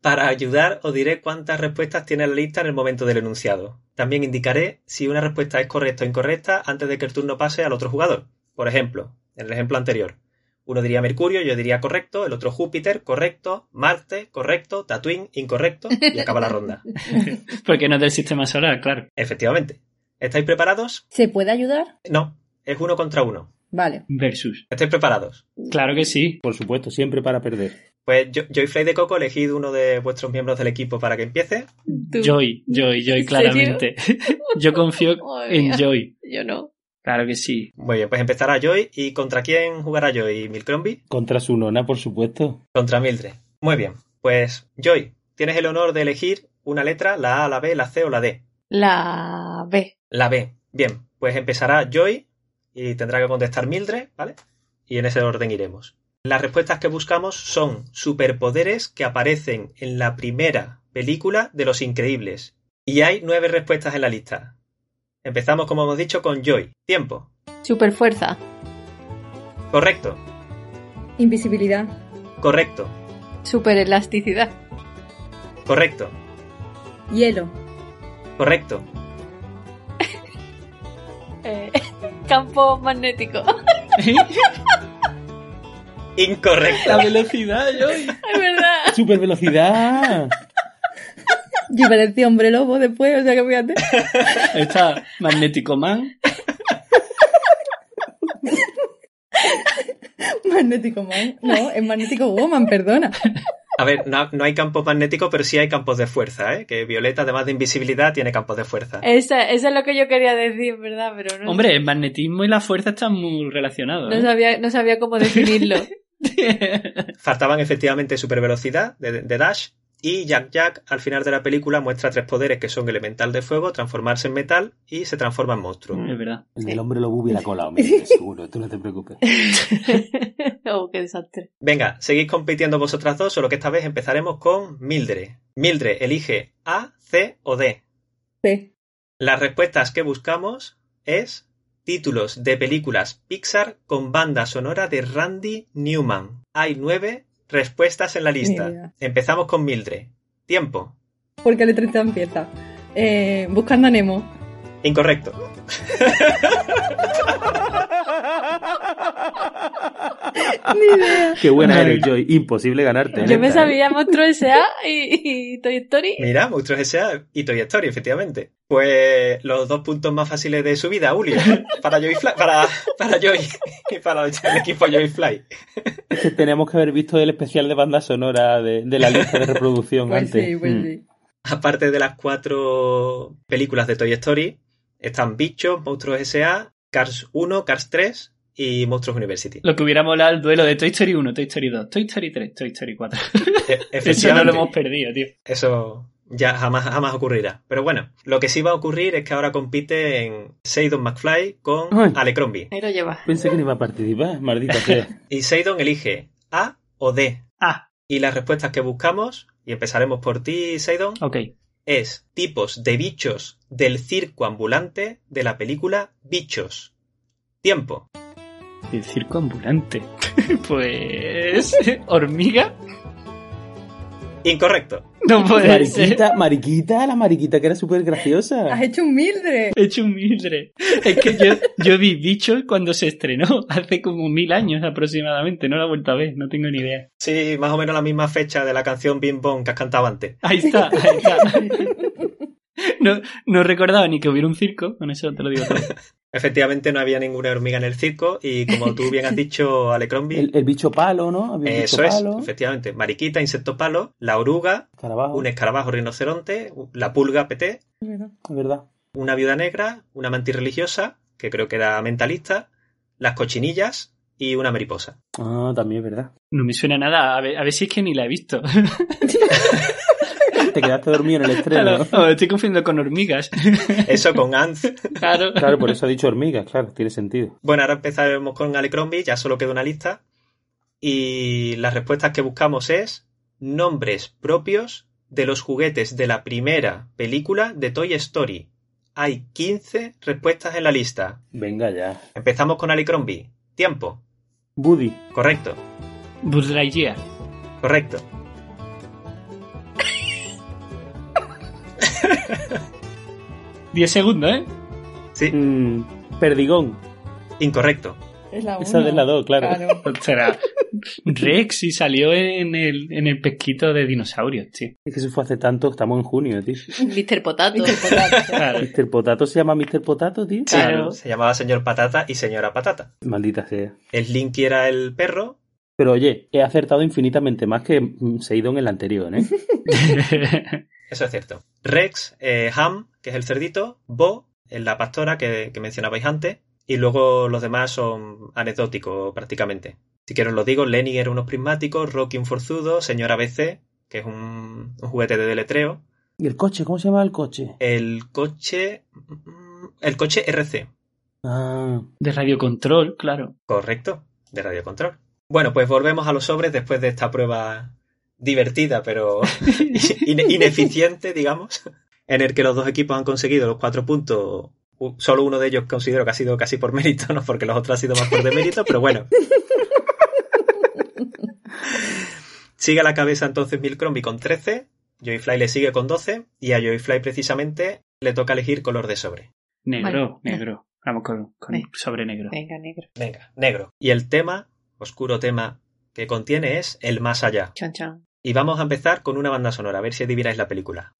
E: Para ayudar, os diré cuántas respuestas tiene la lista en el momento del enunciado. También indicaré si una respuesta es correcta o incorrecta antes de que el turno pase al otro jugador. Por ejemplo, en el ejemplo anterior, uno diría Mercurio, yo diría correcto, el otro Júpiter, correcto, Marte, correcto, Tatooine, incorrecto, y acaba la ronda.
G: Porque no es del sistema solar, claro.
E: Efectivamente. ¿Estáis preparados?
H: ¿Se puede ayudar?
E: No, es uno contra uno.
H: Vale.
G: Versus.
E: ¿Estáis preparados?
G: Claro que sí.
O: Por supuesto, siempre para perder.
E: Pues yo, Joyfly de Coco, elegid uno de vuestros miembros del equipo para que empiece.
G: Joy, Joy, Joy, claramente. Yo confío
F: Madre
G: en
F: mía.
G: Joy.
F: Yo no.
G: Claro que sí.
E: Muy bien, pues empezará Joy. ¿Y contra quién jugará Joy? ¿Milcrombie?
O: Contra su nona, por supuesto.
E: Contra Mildred. Muy bien, pues Joy, tienes el honor de elegir una letra, la A, la B, la C o la D.
F: La B.
E: La B. Bien, pues empezará Joy y tendrá que contestar Mildred, ¿vale? Y en ese orden iremos. Las respuestas que buscamos son superpoderes que aparecen en la primera película de Los Increíbles. Y hay nueve respuestas en la lista. Empezamos, como hemos dicho, con Joy. Tiempo.
F: Super fuerza.
E: Correcto,
H: Invisibilidad.
E: correcto,
F: Super elasticidad.
E: correcto,
H: Hielo.
E: correcto.
F: Eh, campo magnético.
E: Incorrecto.
O: La velocidad, yo.
F: Es verdad.
O: Super velocidad.
H: Yo parecía hombre lobo después, o sea que fíjate.
G: Está Magnético Man.
H: Magnético Man. No, es Magnético Woman, perdona.
E: A ver, no, no hay campos magnéticos, pero sí hay campos de fuerza, ¿eh? Que Violeta, además de invisibilidad, tiene campos de fuerza.
F: Esa, eso es lo que yo quería decir, ¿verdad? Pero no,
G: Hombre, el magnetismo y la fuerza están muy
F: no
G: relacionados. ¿eh?
F: sabía, no sabía cómo definirlo.
E: Faltaban efectivamente supervelocidad de, de Dash y Jack Jack al final de la película muestra tres poderes que son elemental de fuego, transformarse en metal y se transforma en monstruo.
G: Es verdad.
O: El del hombre lo hubiera colado, me dice, seguro, tú no te preocupes.
F: oh, qué desastre.
E: Venga, seguís compitiendo vosotras dos, solo que esta vez empezaremos con Mildred. Mildred, elige A, C o D.
H: Sí.
E: Las respuestas que buscamos es títulos de películas Pixar con banda sonora de Randy Newman. Hay nueve respuestas en la lista.
H: Mira.
E: Empezamos con Mildred. Tiempo.
H: Porque la letra empieza. Eh, buscando a Nemo.
E: Incorrecto.
H: Ni idea.
O: Qué buena eres, Joy. Imposible ganarte.
F: Yo
O: neta,
F: me
O: ¿eh?
F: sabía Monstruo S.A. y, y Toy Story.
E: Mira, Monstruos S.A. y Toy Story, efectivamente. Pues los dos puntos más fáciles de su vida, Julio. Para Joy Fly, para, para Joy y para el equipo Joy Fly.
O: Es que tenemos que haber visto el especial de banda sonora de, de la lista de reproducción
H: Pues
O: antes.
H: sí, pues
O: Mm.
H: sí.
E: Aparte de las cuatro películas de Toy Story, están Bichos, Monstruos S.A., Cars 1, Cars 3 y Monstruos University.
G: Lo que hubiera molado el duelo de Toy Story 1, Toy Story 2, Toy Story 3, Toy Story 4.
E: E-
G: Eso no
E: efectivamente,
G: lo hemos perdido, tío.
E: eso ya jamás, jamás ocurrirá. Pero bueno, lo que sí va a ocurrir es que ahora compiten Seidon McFly con
O: Ay.
E: Alecrombie.
F: Ahí lo lleva.
O: Pensé que no iba a participar, maldita sea.
E: Y Seidon elige A o D.
G: A.
E: Y las respuestas que buscamos, y empezaremos por ti, Seidon,
G: Ok.
E: es tipos de bichos del circo ambulante de la película Bichos. Tiempo.
G: El circo ambulante. pues. ¿Hormiga?
E: Incorrecto.
G: No puede ser.
O: Mariquita, mariquita, la mariquita que era súper
H: Has
O: graciosa.
H: hecho un Mildred.
G: He hecho un mildre. Es que yo, yo vi Bichos cuando se estrenó, hace como mil años aproximadamente. No la he vuelto a ver, no tengo ni idea.
E: Sí, más o menos la misma fecha de la canción Bim Bom que has cantado antes.
G: Ahí está, ahí está. No, no recordaba ni que hubiera un circo, con eso te lo digo todo.
E: Efectivamente, no había ninguna hormiga en el circo, y como tú bien has dicho, Alecrombie,
O: El, el bicho palo, ¿no? Había un bicho
E: eso es,
O: palo.
E: efectivamente. Mariquita, insecto palo, la oruga,
O: Escarabajo,
E: un escarabajo rinoceronte, la pulga PT,
O: es verdad.
E: una viuda negra, una mantis religiosa, que creo que era mentalista, las cochinillas y una mariposa.
O: Ah, también es verdad.
G: No me suena nada, a ver, a ver si es que ni la he visto.
O: Te quedaste dormido en el estreno. ¿no?
G: Oh, estoy confundiendo con hormigas.
E: Eso con Anz.
G: Claro.
O: Claro, por eso ha dicho hormigas, claro, tiene sentido.
E: Bueno, ahora empezaremos con Alecrombie, ya solo queda una lista. Y las respuestas que buscamos es nombres propios de los juguetes de la primera película de Toy Story. Hay 15 respuestas en la lista.
O: Venga ya.
E: Empezamos con Alecrombie. Tiempo.
O: Buddy,
E: Correcto.
G: Buzz Lightyear.
E: Correcto.
G: Diez segundos, ¿eh?
E: Sí.
O: mm, Perdigón,
E: Incorrecto.
H: Es la
O: esa
H: una.
O: de la dos, claro.
H: Claro.
G: Será Rex y salió en el, en el pesquito de dinosaurios, tío.
O: Es que eso fue hace tanto, estamos en junio, tío.
F: Mr. Potato.
G: Claro.
O: Mr. Potato se llama Mr. Potato, tío.
G: Claro.
E: Se llamaba Señor Patata y Señora Patata.
O: Maldita sea.
E: El Linky era el perro.
O: Pero oye, he acertado infinitamente más que mm, Seidon en el anterior, ¿eh?
E: Eso es cierto. Rex, eh, Ham, que es el cerdito. Bo, es la pastora que, que mencionabais antes. Y luego los demás son anecdóticos prácticamente. Si quiero os lo digo, Lenny era unos prismáticos, Rocky un forzudo, Señora BC, que es un, un juguete de deletreo.
O: ¿Y el coche? ¿Cómo se llama el coche?
E: El coche... mm, El coche RC,
O: Ah,
G: De radiocontrol, claro.
E: correcto, de radiocontrol. Bueno, pues volvemos a los sobres después de esta prueba divertida, pero ine- ineficiente, digamos, en el que los dos equipos han conseguido los cuatro puntos. U- Solo uno de ellos considero que ha sido casi por mérito, no porque los otros han sido más por demérito, pero bueno. Sigue a la cabeza entonces Milcrombie con 13, Joy Fly le sigue con 12 y a Joy Fly precisamente le toca elegir color de sobre.
G: Negro,
E: Vale.
G: negro. Vamos con, con sobre negro.
C: Venga, negro.
E: Venga, negro. Y el tema, oscuro tema que contiene es el más allá.
C: Chan, chan.
E: Y vamos a empezar con una banda sonora, a ver si adivináis la película.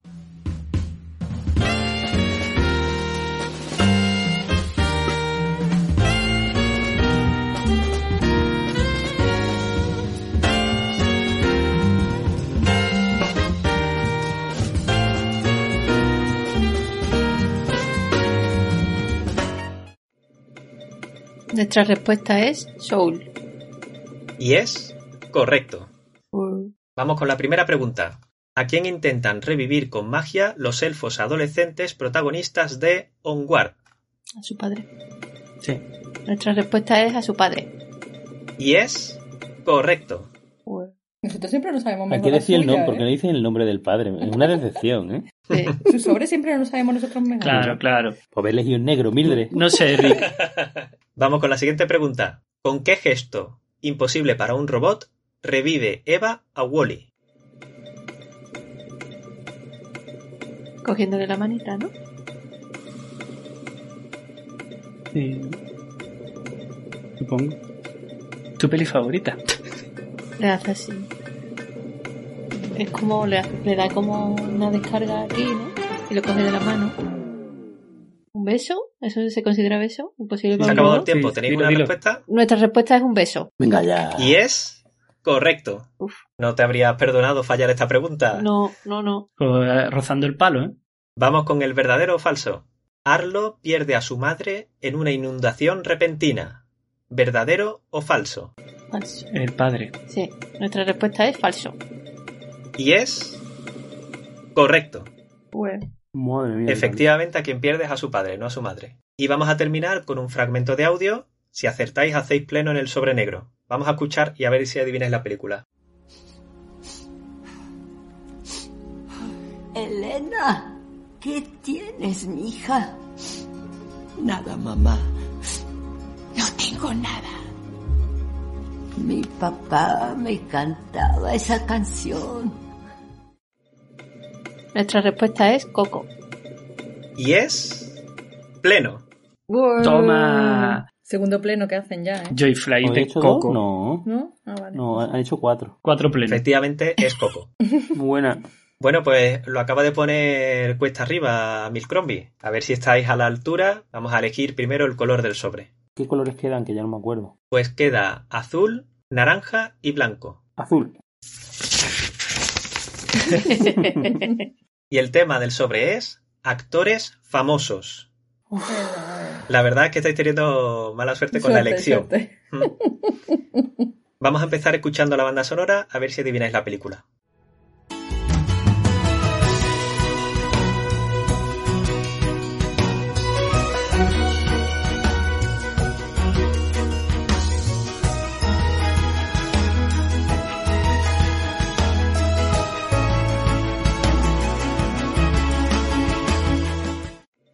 F: Nuestra respuesta es Soul.
E: Y es correcto. Vamos con la primera pregunta. ¿A quién intentan revivir con magia los elfos adolescentes protagonistas de Onward?
F: A su padre.
E: Sí.
F: Nuestra respuesta es a su padre.
E: Y es correcto.
H: Nosotros siempre no sabemos
O: Hay
H: mejor
O: que
H: las
O: decir el
H: tuyas,
O: nombre, porque
H: ¿eh?
O: no dicen el nombre del padre. Es una decepción, ¿eh?
H: Sus sobres siempre no sabemos nosotros mejor.
G: claro.
O: Por haber elegido Pues un negro, Mildred.
G: No sé, Rick.
E: Vamos con la siguiente pregunta. ¿Con qué gesto, imposible para un robot, revive Eva a Wally?
F: Cogiéndole la manita, ¿no?
G: Sí. Supongo. ¿Tu peli favorita?
F: Le hace así. Es como le, hace- le da como una descarga aquí, ¿no? Y lo coge de la mano. ¿Un beso? ¿Eso se considera beso?
E: Se
F: Imposible
E: ha
F: para un
E: acabado el
F: robot.
E: tiempo. ¿Tenéis una respuesta?
F: Nuestra respuesta es un beso.
O: Venga ya.
E: Y es correcto.
F: Uf.
E: No te habrías perdonado fallar esta pregunta.
F: No, no, no.
G: rozando el palo, ¿eh?
E: Vamos con el verdadero o falso. Arlo pierde a su madre en una inundación repentina. ¿Verdadero o falso?
F: Falso.
G: El padre.
F: Sí, nuestra respuesta es falso.
E: Y es correcto.
F: Bueno.
O: Madre mía.
E: Efectivamente, a quien pierdes a su padre, no a su madre. Y vamos a terminar con un fragmento de audio. Si acertáis, hacéis pleno en el sobre negro. Vamos a escuchar y a ver si adivináis la película.
T: Elena, ¿qué tienes, mija? Nada, mamá. No tengo nada. Mi papá me cantaba esa canción.
F: Nuestra respuesta es Coco.
E: Y es pleno.
G: Toma.
H: Segundo pleno que hacen ya, ¿eh?
G: Joyfly
O: ¿Habéis
G: de
O: hecho dos?
G: Coco.
O: No.
H: ¿No? Ah, vale.
O: No, han hecho cuatro.
G: Cuatro plenos.
E: Efectivamente, es Coco.
O: Buena.
E: Bueno, pues lo acaba de poner cuesta arriba Milcrombie. A ver si estáis a la altura. Vamos a elegir primero el color del sobre.
O: ¿Qué colores quedan? Que ya no me acuerdo.
E: Pues queda azul, naranja y blanco.
O: Azul.
E: Y el tema del sobre es actores famosos. La verdad es que estáis teniendo mala suerte con la
H: Suerte,
E: elección. Mm.
H: suerte.
E: Vamos a empezar escuchando la banda sonora a ver si adivináis la película.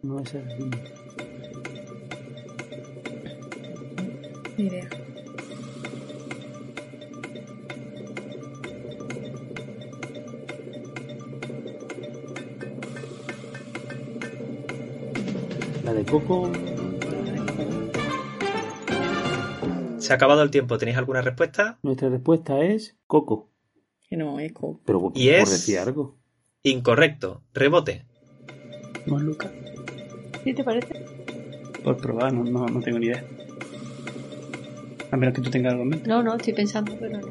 O: No es así.
H: Ni idea.
O: La de Coco.
E: Se ha acabado el tiempo. ¿Tenéis alguna respuesta?
O: Nuestra respuesta es Coco.
H: Que no, es Coco.
O: Pero por,
E: Y
O: por
E: es-
O: decir algo.
E: Incorrecto. Rebote.
F: ¿Sí te parece?
G: Por probar, no, no, no tengo ni idea. A menos que tú tengas algo en mente.
F: No, no, estoy pensando, pero no.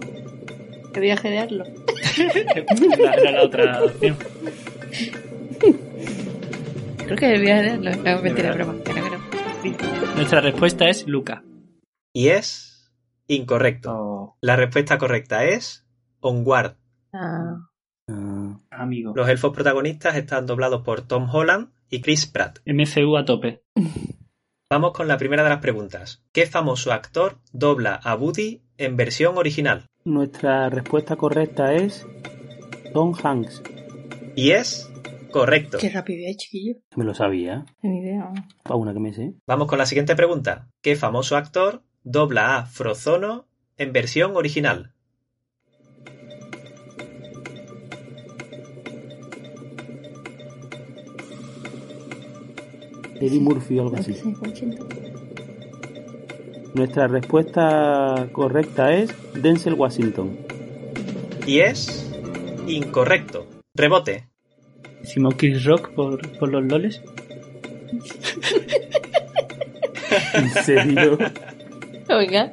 F: Te voy a gedearlo.
G: La- Era la otra opción.
F: Creo que debía gedearlo. No, mentira, broma. Que no, que no.
G: Nuestra respuesta es Luca.
E: Y es incorrecto. La respuesta correcta es Onward.
F: Ah,
G: Amigo.
E: Los elfos protagonistas están doblados por Tom Holland y Chris Pratt.
G: MCU a tope.
E: Vamos con la primera de las preguntas. ¿Qué famoso actor dobla a Woody en versión original?
O: Nuestra respuesta correcta es Tom Hanks.
E: Y es correcto.
F: Qué
O: eh,
F: rapidez, chiquillo.
O: Me lo sabía.
F: Ni idea.
O: A una que me sé.
E: Vamos con la siguiente pregunta. ¿Qué famoso actor dobla a Frozono en versión original?
O: Eddie Murphy o algo así. Nuestra respuesta correcta es Denzel Washington.
E: Y es incorrecto. Rebote.
G: Hicimos Chris Rock por, por los loles.
O: ¿En serio?
F: Oiga,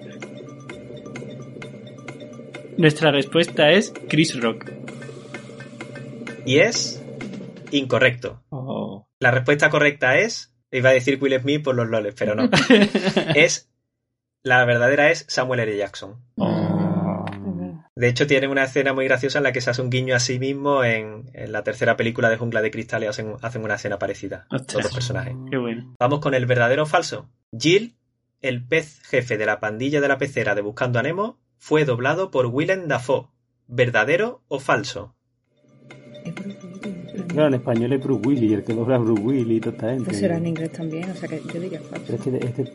G: Nuestra respuesta es Chris Rock.
E: Y es incorrecto.
G: Oh,
E: La respuesta correcta es, iba a decir Will Smith por los loles, pero no. es, la verdadera es Samuel L. Jackson. De hecho, tiene una escena muy graciosa en la que se hace un guiño a sí mismo en, en la tercera película de Jungla de Cristal y hacen, hacen una escena parecida. Todos los personajes.
G: Qué bueno.
E: Vamos con el verdadero o falso. Jill, el pez jefe de la pandilla de la pecera de Buscando a Nemo, fue doblado por Willem Dafoe. ¿Verdadero o falso?
O: Claro, en español es Bruce Willis, el que dobla a Bruce Willis y toda esta gente.
H: Pues será en inglés también, o sea que yo diría falso.
O: Pero es que este-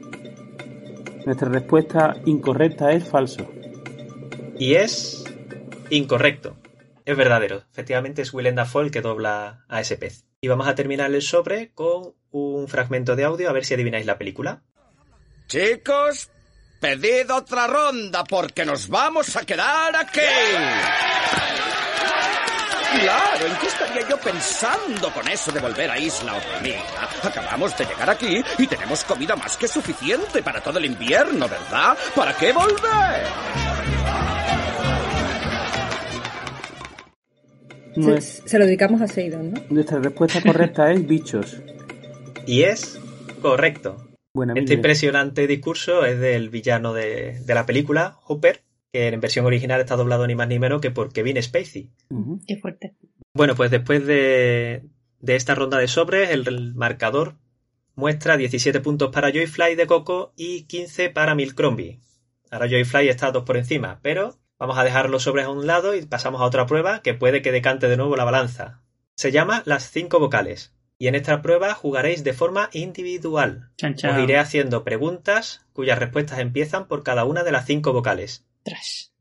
O: Nuestra respuesta incorrecta es falso.
E: Y es incorrecto. Es verdadero. Efectivamente es Willem Dafoe el que dobla a ese pez. Y vamos a terminar el sobre con un fragmento de audio a ver si adivináis la película.
U: Chicos, pedid otra ronda porque nos vamos a quedar aquí. Claro, ¿en qué estaría yo pensando con eso de volver a Isla Hormiga? Acabamos de llegar aquí y tenemos comida más que suficiente para todo el invierno, ¿verdad? ¿Para qué volver?
H: Se,
O: Nues-
H: se lo dedicamos a Seidon, ¿no?
O: Nuestra respuesta correcta es bichos.
E: Y es correcto.
O: Buena
E: Este impresionante discurso es del villano de, de la película, Hooper, que en versión original está doblado ni más ni menos que por Kevin Spacey.
F: qué fuerte.
E: Bueno, pues después de, de esta ronda de sobres, el, el marcador muestra 17 puntos para Joyfly de Coco y 15 para Milcrombie. Ahora Joyfly está dos por encima, pero vamos a dejar los sobres a un lado y pasamos a otra prueba que puede que decante de nuevo la balanza. Se llama las cinco vocales. Y en esta prueba jugaréis de forma individual.
G: Chan, chan.
E: Os iré haciendo preguntas cuyas respuestas empiezan por cada una de las cinco vocales.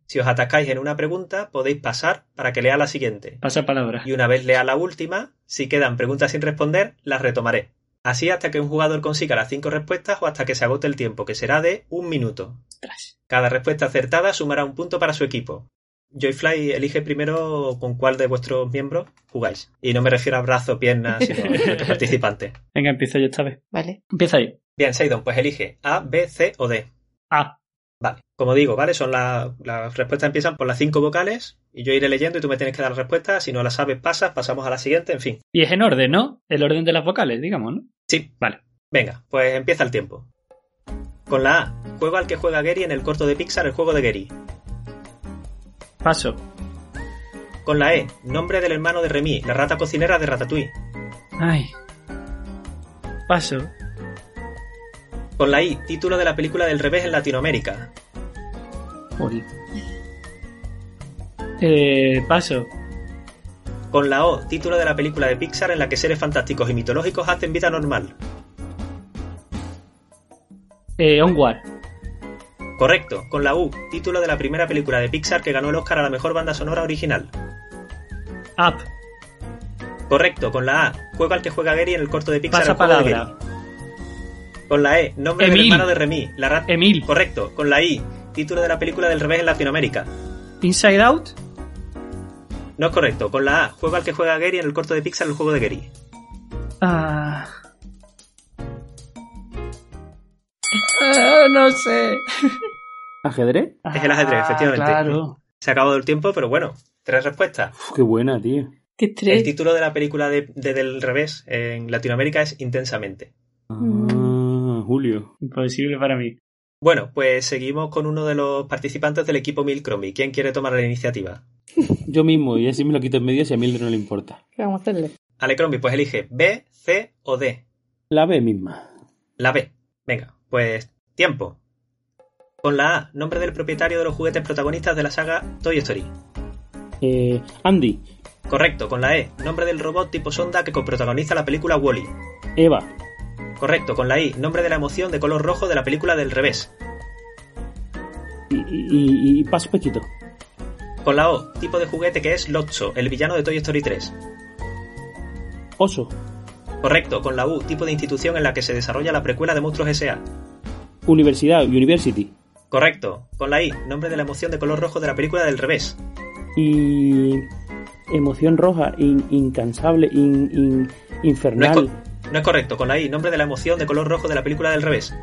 E: Si os atascáis en una pregunta, podéis pasar para que lea la siguiente.
G: Pasa palabra.
E: Y una vez lea la última, si quedan preguntas sin responder, las retomaré. Así hasta que un jugador consiga las cinco respuestas o hasta que se agote el tiempo, que será de un minuto. Cada respuesta acertada sumará un punto para su equipo. Joyfly elige primero con cuál de vuestros miembros jugáis. Y no me refiero a brazo, piernas, sino a vuestro participante.
G: Venga, empiezo yo esta vez.
F: Vale.
G: Empieza ahí. Ah,
E: Bien, Seidon, pues elige A, B, C o D.
G: A.
E: Vale. Como digo, ¿vale? Son la- las respuestas empiezan por las cinco vocales y yo iré leyendo y tú me tienes que dar la respuesta. Si no la sabes, pasas, pasamos a la siguiente, en fin.
G: Y es en orden, ¿no? El orden de las vocales, digamos, ¿no?
E: Sí.
G: Vale.
E: Venga, pues empieza el tiempo. Con la A, juego al que juega Gary en el corto de Pixar, el juego de Gary.
G: Paso.
E: Con la E, nombre del hermano de Remy, la rata cocinera de Ratatouille.
G: Ay. Paso.
E: Con la I, título de la película del revés en Latinoamérica.
G: Joder. Eh, paso.
E: Con la O, título de la película de Pixar en la que seres fantásticos y mitológicos hacen vida normal.
G: Eh, onward.
E: Correcto. Con la U, título de la primera película de Pixar que ganó el Oscar a la mejor banda sonora original.
G: Up.
E: Correcto. Con la A, juego al que juega Gary en el corto de Pixar,
G: Pasa
E: el juego de
G: palabra.
E: Gary. Con la E, nombre del
G: Emil.
E: hermano de Remy, la rata.
G: Emil.
E: Correcto. Con la I, título de la película del revés en Latinoamérica.
G: Inside out.
E: No es correcto. Con la A, juego al que juega Gary en el corto de Pixar, el juego de Gary.
G: Ah. Ah, no sé.
O: ¿Ajedrez?
E: Es el ajedrez,
O: Ah,
E: efectivamente.
O: claro.
E: Se ha acabado el tiempo, pero bueno, tres respuestas.
O: Uf, qué buena, tío.
F: Qué
E: El
F: tres.
E: título de la película de, de Del Revés en Latinoamérica es Intensamente.
O: Ah, Julio.
G: Imposible para mí.
E: Bueno, pues seguimos con uno de los participantes del equipo Milcromi. ¿Quién quiere tomar la iniciativa?
O: Yo mismo, y así me lo quito en medio si a Mildred no le importa.
F: ¿Qué vamos a hacerle?
E: Ale Crombie, pues elige B, C o D.
O: La B misma.
E: La B. Venga, pues tiempo. Con la A, nombre del propietario de los juguetes protagonistas de la saga Toy Story.
O: Eh, Andy,
E: Correcto, con la E, nombre del robot tipo sonda que coprotagoniza la película Wally.
O: Eva,
E: Correcto, con la I, nombre de la emoción de color rojo de la película del revés.
O: y, y, y- y paso Pechito.
E: Con la O, tipo de juguete que es Lotso, el villano de Toy Story 3.
O: Oso,
E: Correcto, con la U, tipo de institución en la que se desarrolla la precuela de Monstruos S.A.
O: Universidad, University.
E: Correcto, con la I, nombre de la emoción de color rojo de la película del revés.
O: Y. Emoción roja, in- incansable, in- in-
E: No es,
O: infernal.
E: co- no es correcto, con la I, nombre de la emoción de color rojo de la película del revés.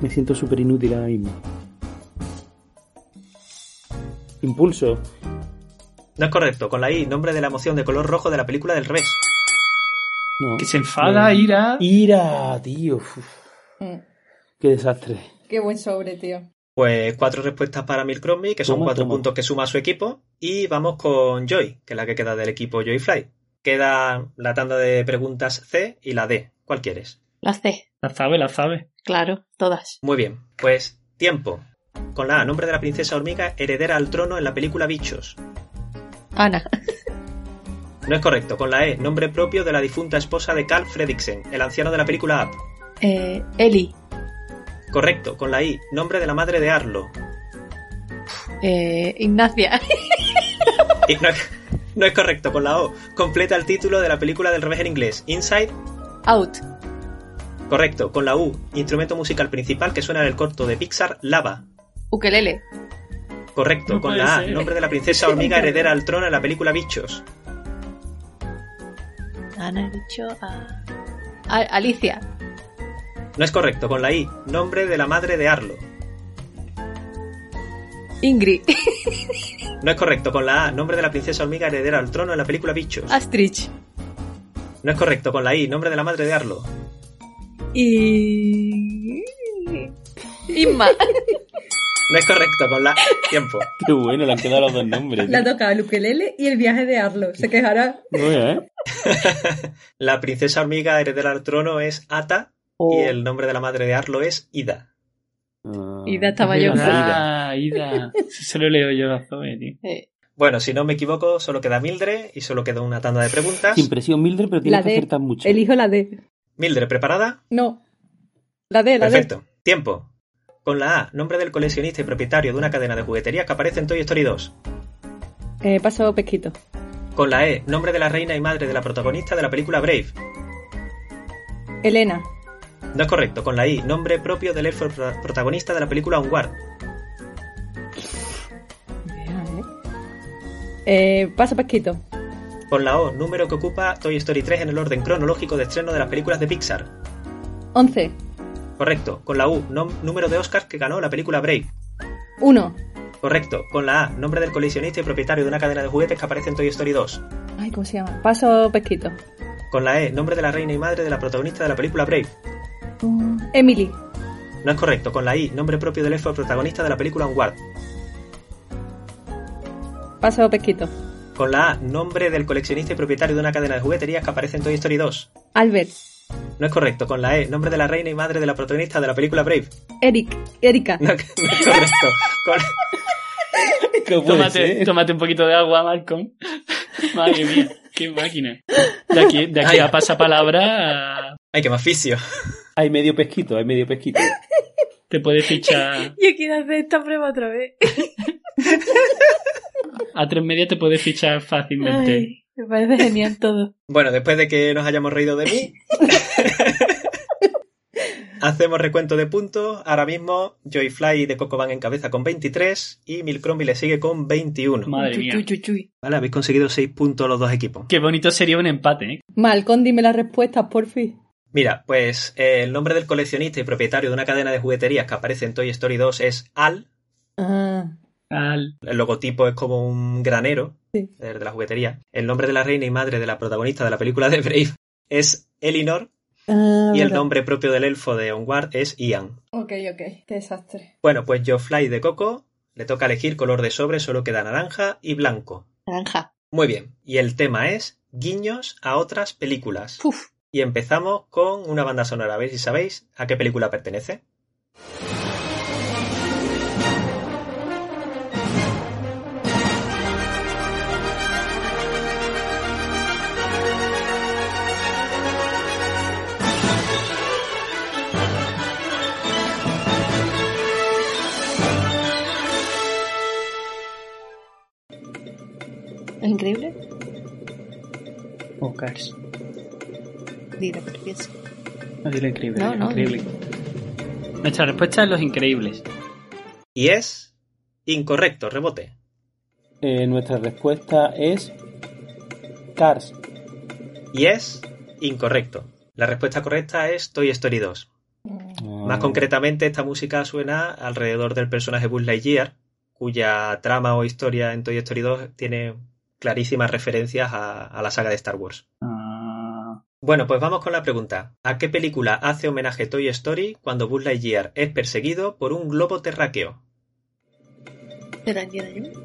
O: Me siento súper inútil ahora mismo. Impulso.
E: No es correcto, con la I, nombre de la emoción de color rojo de la película del revés.
O: No.
G: Que se enfada,
O: No.
G: ira.
O: Ira, tío. uf, qué desastre.
H: Qué buen sobre, tío.
E: Pues cuatro respuestas para Milcrombie, que son
O: Toma,
E: cuatro
O: toma.
E: puntos que suma su equipo. Y vamos con Joy, que es la que queda del equipo Joy Fly. Queda la tanda de preguntas C y la D. ¿Cuál quieres?
F: La C,
G: La sabe, la sabe.
F: claro, todas.
E: Muy bien, pues tiempo. Con la A, nombre de la princesa hormiga heredera al trono en la película Bichos.
F: Ana,
E: No es correcto. Con la E, nombre propio de la difunta esposa de Carl Fredriksen, el anciano de la película Up.
F: eh, Eli,
E: Correcto. Con la I, nombre de la madre de Arlo.
F: eh, Ignacia,
E: Y no, es- no es correcto. Con la O, completa el título de la película del revés en inglés, Inside
F: Out,
E: Correcto, con la U, instrumento musical principal que suena en el corto de Pixar, Lava.
F: Ukelele,
E: Correcto,
G: No
E: con
G: puede
E: la A,
G: ser.
E: nombre de la princesa hormiga heredera al trono en la película Bichos.
F: Ana, he dicho a... a- Alicia,
E: No es correcto, con la I, nombre de la madre de Arlo.
F: Ingrid,
E: No es correcto, con la A, nombre de la princesa hormiga heredera al trono en la película Bichos.
F: Astrich
E: No es correcto, con la I, nombre de la madre de Arlo.
F: y... Inma.
E: No es correcto, con la... Tiempo.
O: Qué bueno, le han quedado los dos nombres.
H: La
O: tío.
H: toca a Luquelele y el viaje de Arlo. Se quejará.
O: Muy bien, ¿eh?
E: La princesa hormiga heredera al trono es Ata y el nombre de la madre de Arlo es Ida.
O: Ah,
F: Ida estaba yo.
G: Ah, Ida. Se lo leo yo a Zoe, tío.
F: Eh,
E: Bueno, si no me equivoco, solo queda Mildred y solo queda una tanda de preguntas.
O: Sin presión, Mildred, pero tienes
H: La
O: que
H: D.
O: acertar mucho.
H: Elijo la D.
E: Mildred, ¿preparada?
H: No. La D, la D.
E: Perfecto. Tiempo. Con la A, nombre del coleccionista y propietario de una cadena de juguetería que aparece en Toy Story 2.
H: Eh, paso pesquito.
E: Con la E, nombre de la reina y madre de la protagonista de la película Brave.
H: Elena.
E: No es correcto. Con la I, nombre propio del elfo pro- protagonista de la película Onward.
H: Eh, paso pesquito.
E: Con la O, número que ocupa Toy Story 3 en el orden cronológico de estreno de las películas de Pixar.
H: 11.
E: Correcto. Con la U, nom- número de Oscars que ganó la película Brave.
H: 1.
E: Correcto. Con la A, nombre del coleccionista y propietario de una cadena de juguetes que aparece en Toy Story 2.
H: Ay, ¿cómo se llama? Paso pesquito.
E: Con la E, nombre de la reina y madre de la protagonista de la película Brave.
H: Emily.
E: No es correcto, con la I, nombre propio del elfo protagonista de la película Onward.
H: Paso pesquito.
E: Con la A, nombre del coleccionista y propietario de una cadena de jugueterías que aparece en Toy Story 2.
H: Albert.
E: No es correcto, con la E, nombre de la reina y madre de la protagonista de la película Brave.
H: Eric. Erika.
E: No, no es correcto. Con-
O: ¿Qué ¿eh? puede
G: Tómate,
O: ser?
G: tómate un poquito de agua, Malcolm. Madre mía, qué máquina. De aquí, de aquí
E: Ay.
G: a pasapalabra a-
E: Ay, que me aficio.
O: Hay medio pesquito, hay medio pesquito.
G: te puedes fichar.
F: Yo quiero hacer esta prueba otra vez.
G: A tres media te puedes fichar fácilmente.
F: Ay, me parece genial todo.
E: Bueno, después de que nos hayamos reído de mí, hacemos recuento de puntos. Ahora mismo, Joyfly de Coco van en cabeza con 23 y Milcrombie le sigue con 21.
G: Madre mía.
F: Chuy, chuy, chuy.
E: Vale, habéis conseguido 6 puntos los dos equipos.
G: Qué bonito sería un empate, ¿eh?
H: Malcón, dime las respuestas, porfi.
E: Mira, pues eh, el nombre del coleccionista y propietario de una cadena de jugueterías que aparece en Toy Story 2 es Al.
H: Ah.
G: Al-
E: El logotipo es como un granero
H: Sí.
E: eh, de la juguetería. El nombre de la reina y madre de la protagonista de la película de Brave es Elinor
H: Ah,
E: y el
H: verdad.
E: nombre propio del elfo de Onward es Ian.
H: Ok, ok. Qué desastre.
E: Bueno, pues yo Fly de Coco le toca elegir color de sobre, solo queda naranja y blanco.
F: Naranja.
E: Muy bien, y el tema es guiños a otras películas. Y empezamos con una banda sonora. A ver si sabéis a qué película pertenece.
F: Es increíble.
G: Oh, Cars.
F: Dilo, pero piensa.
G: No dilo increíble.
F: No, no.
G: increíble. Nuestra respuesta es Los Increíbles.
E: Y es incorrecto, rebote.
O: Eh, nuestra respuesta es Cars.
E: Y es incorrecto. La respuesta correcta es Toy Story 2.
G: Ah.
E: Más concretamente, esta música suena alrededor del personaje Buzz Lightyear, cuya trama o historia en Toy Story 2 tiene clarísimas referencias a, a la saga de Star Wars.
G: Ah,
E: Bueno, pues vamos con la pregunta. ¿A qué película hace homenaje Toy Story cuando Buzz Lightyear es perseguido por un globo terráqueo?
F: ¿Era Indiana Jones?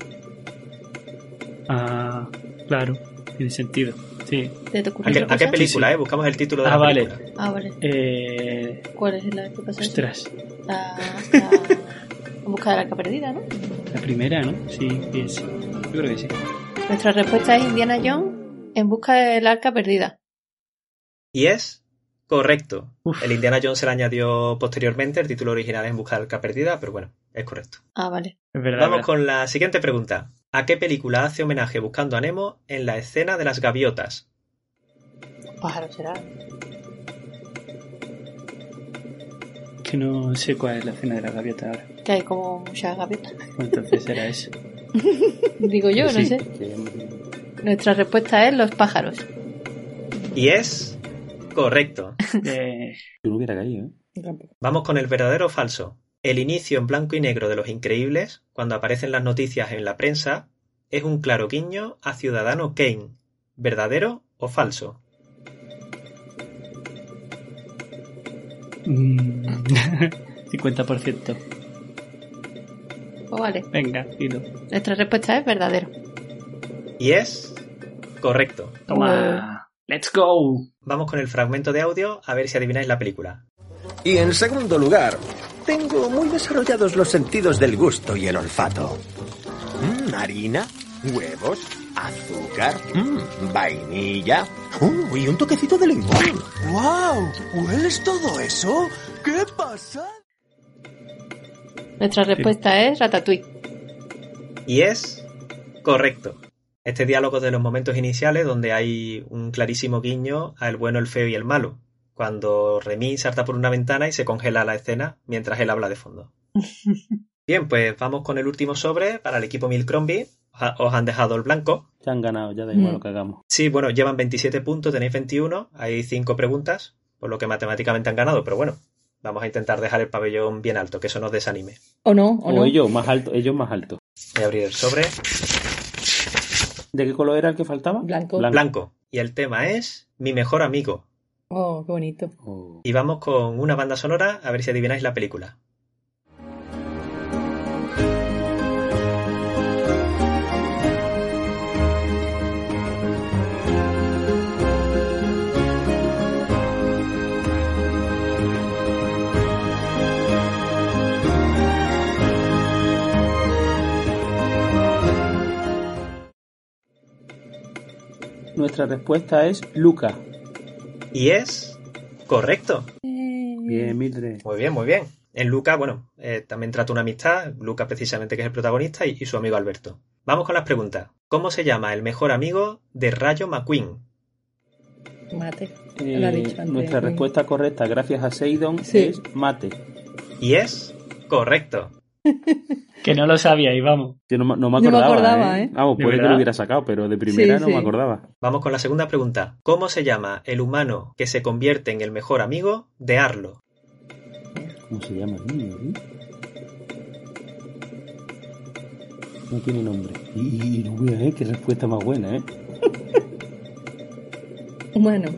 G: Ah, claro. Tiene sentido. Sí.
F: ¿Te te
E: ¿A
F: ocurrió
E: qué,
F: otra
E: a qué
F: cosa?
E: película, eh? Buscamos el título de
G: pues, Ah,
E: la
G: vale.
E: película.
F: Ah, vale.
G: Eh,
F: ¿Cuál es la que pasó?
G: ostras,
F: Ah, la... En busca de la arca perdida, ¿no?
G: la primera, ¿no? Sí, es. Yo creo que sí.
F: Nuestra respuesta es Indiana Jones en busca del arca perdida.
E: Y es correcto. El Indiana Jones se le añadió posteriormente, el título original es En busca del arca perdida, pero bueno, es correcto.
F: Ah, vale.
G: Es
E: Vamos con la siguiente pregunta. ¿A qué película hace homenaje Buscando a Nemo en la escena de las gaviotas?
F: Pájaro será.
G: Que no sé cuál es la escena de la gaviota ahora.
F: Que hay como muchas gaviotas.
G: Pues Entonces era eso. Pues
F: Digo yo, no
G: Sí,
F: sé.
G: que-
F: Nuestra respuesta es los pájaros.
E: Y es correcto.
O: Yo no hubiera caído, ¿eh?
E: Vamos con el verdadero o falso. El inicio en blanco y negro de Los Increíbles, cuando aparecen las noticias en la prensa, es un claro guiño a Ciudadano Kane. ¿Verdadero o falso?
G: Mm, 50%.
F: Pues vale.
G: Venga, dilo.
F: Nuestra respuesta es verdadero.
E: Y es correcto.
G: Toma. Let's go.
E: Vamos con el fragmento de audio a ver si adivináis la película.
D: Y en segundo lugar, tengo muy desarrollados los sentidos del gusto y el olfato. Mm, harina, huevos, azúcar, mm, vainilla. Uh, y un toquecito de limón.
Q: ¡Wow! ¿Hueles todo eso? ¿Qué pasa?
F: Nuestra respuesta es ratatouille.
E: Y es correcto. Este diálogo de los momentos iniciales donde hay un clarísimo guiño al bueno, el feo y el malo, cuando Remy salta por una ventana y se congela la escena mientras él habla de fondo. Bien, pues vamos con el último sobre para el equipo Milcrombie. Os ha- Os han dejado el blanco.
O: Se han ganado, ya da
G: Mm.
O: igual lo que hagamos.
E: Sí, bueno, llevan 27 puntos, tenéis 21, hay 5 preguntas, por lo que matemáticamente han ganado, pero bueno, vamos a intentar dejar el pabellón bien alto, que eso nos desanime.
H: O no, o
O: O
H: no.
O: ellos más alto, ellos más alto.
E: Voy a abrir el sobre.
O: ¿De qué color era el que faltaba?
H: Blanco.
E: Blanco. Y el tema es Mi mejor amigo.
H: Oh, qué bonito.
E: Y vamos con una banda sonora a ver si adivináis la película.
O: Nuestra respuesta es Luca.
E: Y es correcto.
O: Bien, Mildred.
E: Muy bien, muy bien. En Luca, bueno, eh, también trata una amistad, Luca precisamente que es el protagonista y, y su amigo Alberto. Vamos con las preguntas. ¿Cómo se llama el mejor amigo de Rayo McQueen?
H: Mate.
O: Eh,
H: Lo ha dicho antes.
O: nuestra respuesta correcta, gracias a Seidon,
H: Sí.
O: es mate.
E: Y es correcto.
G: Que no lo sabíais, vamos.
O: Yo no, me- no me
G: No me
O: acordaba.
G: acordaba,
O: ¿eh?
G: ¿eh?
O: Vamos,
G: ¿De
O: puede que
G: verdad?
O: lo hubiera sacado, pero de primera
G: Sí,
O: no
G: sí.
O: me acordaba.
E: Vamos con la segunda pregunta. ¿Cómo se llama el humano que se convierte en el mejor amigo de Arlo?
O: ¿Cómo se llama el niño? eh? No tiene nombre. Y, y no voy a ver qué respuesta más buena, ¿eh?
H: Humano.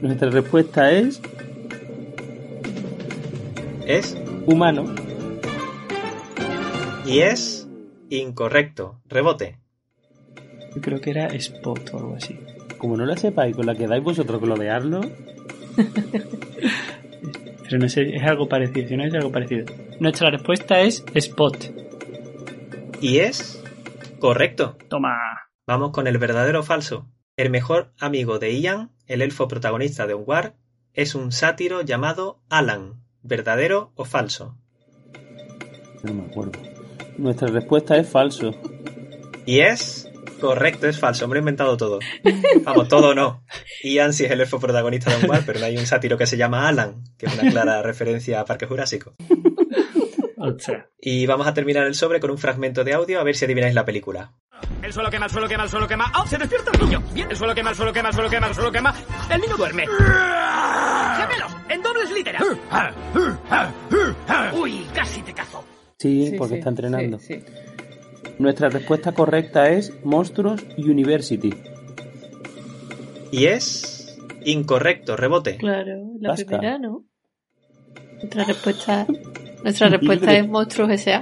O: Nuestra respuesta es
E: Es
O: humano.
E: y es incorrecto. Rebote.
G: Yo creo que era Spot o algo así.
O: Como no la sepáis, con la que dais vosotros glodearlo,
G: Pero no sé, es algo parecido, si no es algo parecido. Nuestra respuesta es Spot.
E: Y es correcto.
G: Toma.
E: Vamos con el verdadero o falso. El mejor amigo de Ian, el elfo protagonista de War, es un sátiro llamado Alan. ¿Verdadero o falso?
O: no me acuerdo. Nuestra respuesta es falso.
E: Y es correcto, es falso. Me lo he inventado todo. Vamos, todo no. Ian sí es el elfo protagonista de War, pero no hay un sátiro que se llama Alan, que es una clara referencia a Parque Jurásico. Y vamos a terminar el sobre con un fragmento de audio a ver si adivináis la película.
V: El suelo quema, el suelo quema, el suelo quema. ¡Oh, se despierta el niño! Bien. El suelo quema, el suelo quema, el suelo quema, el suelo quema. El niño duerme. ¡Gemelos! En dobles literas. ¡Uy, casi te cazo!
O: Sí, porque está entrenando. Nuestra respuesta correcta es Monstruos University.
E: Y es incorrecto, rebote.
F: Claro, la
E: Vasca.
F: primera, ¿no? Nuestra respuesta, nuestra respuesta es Monstruos S.A.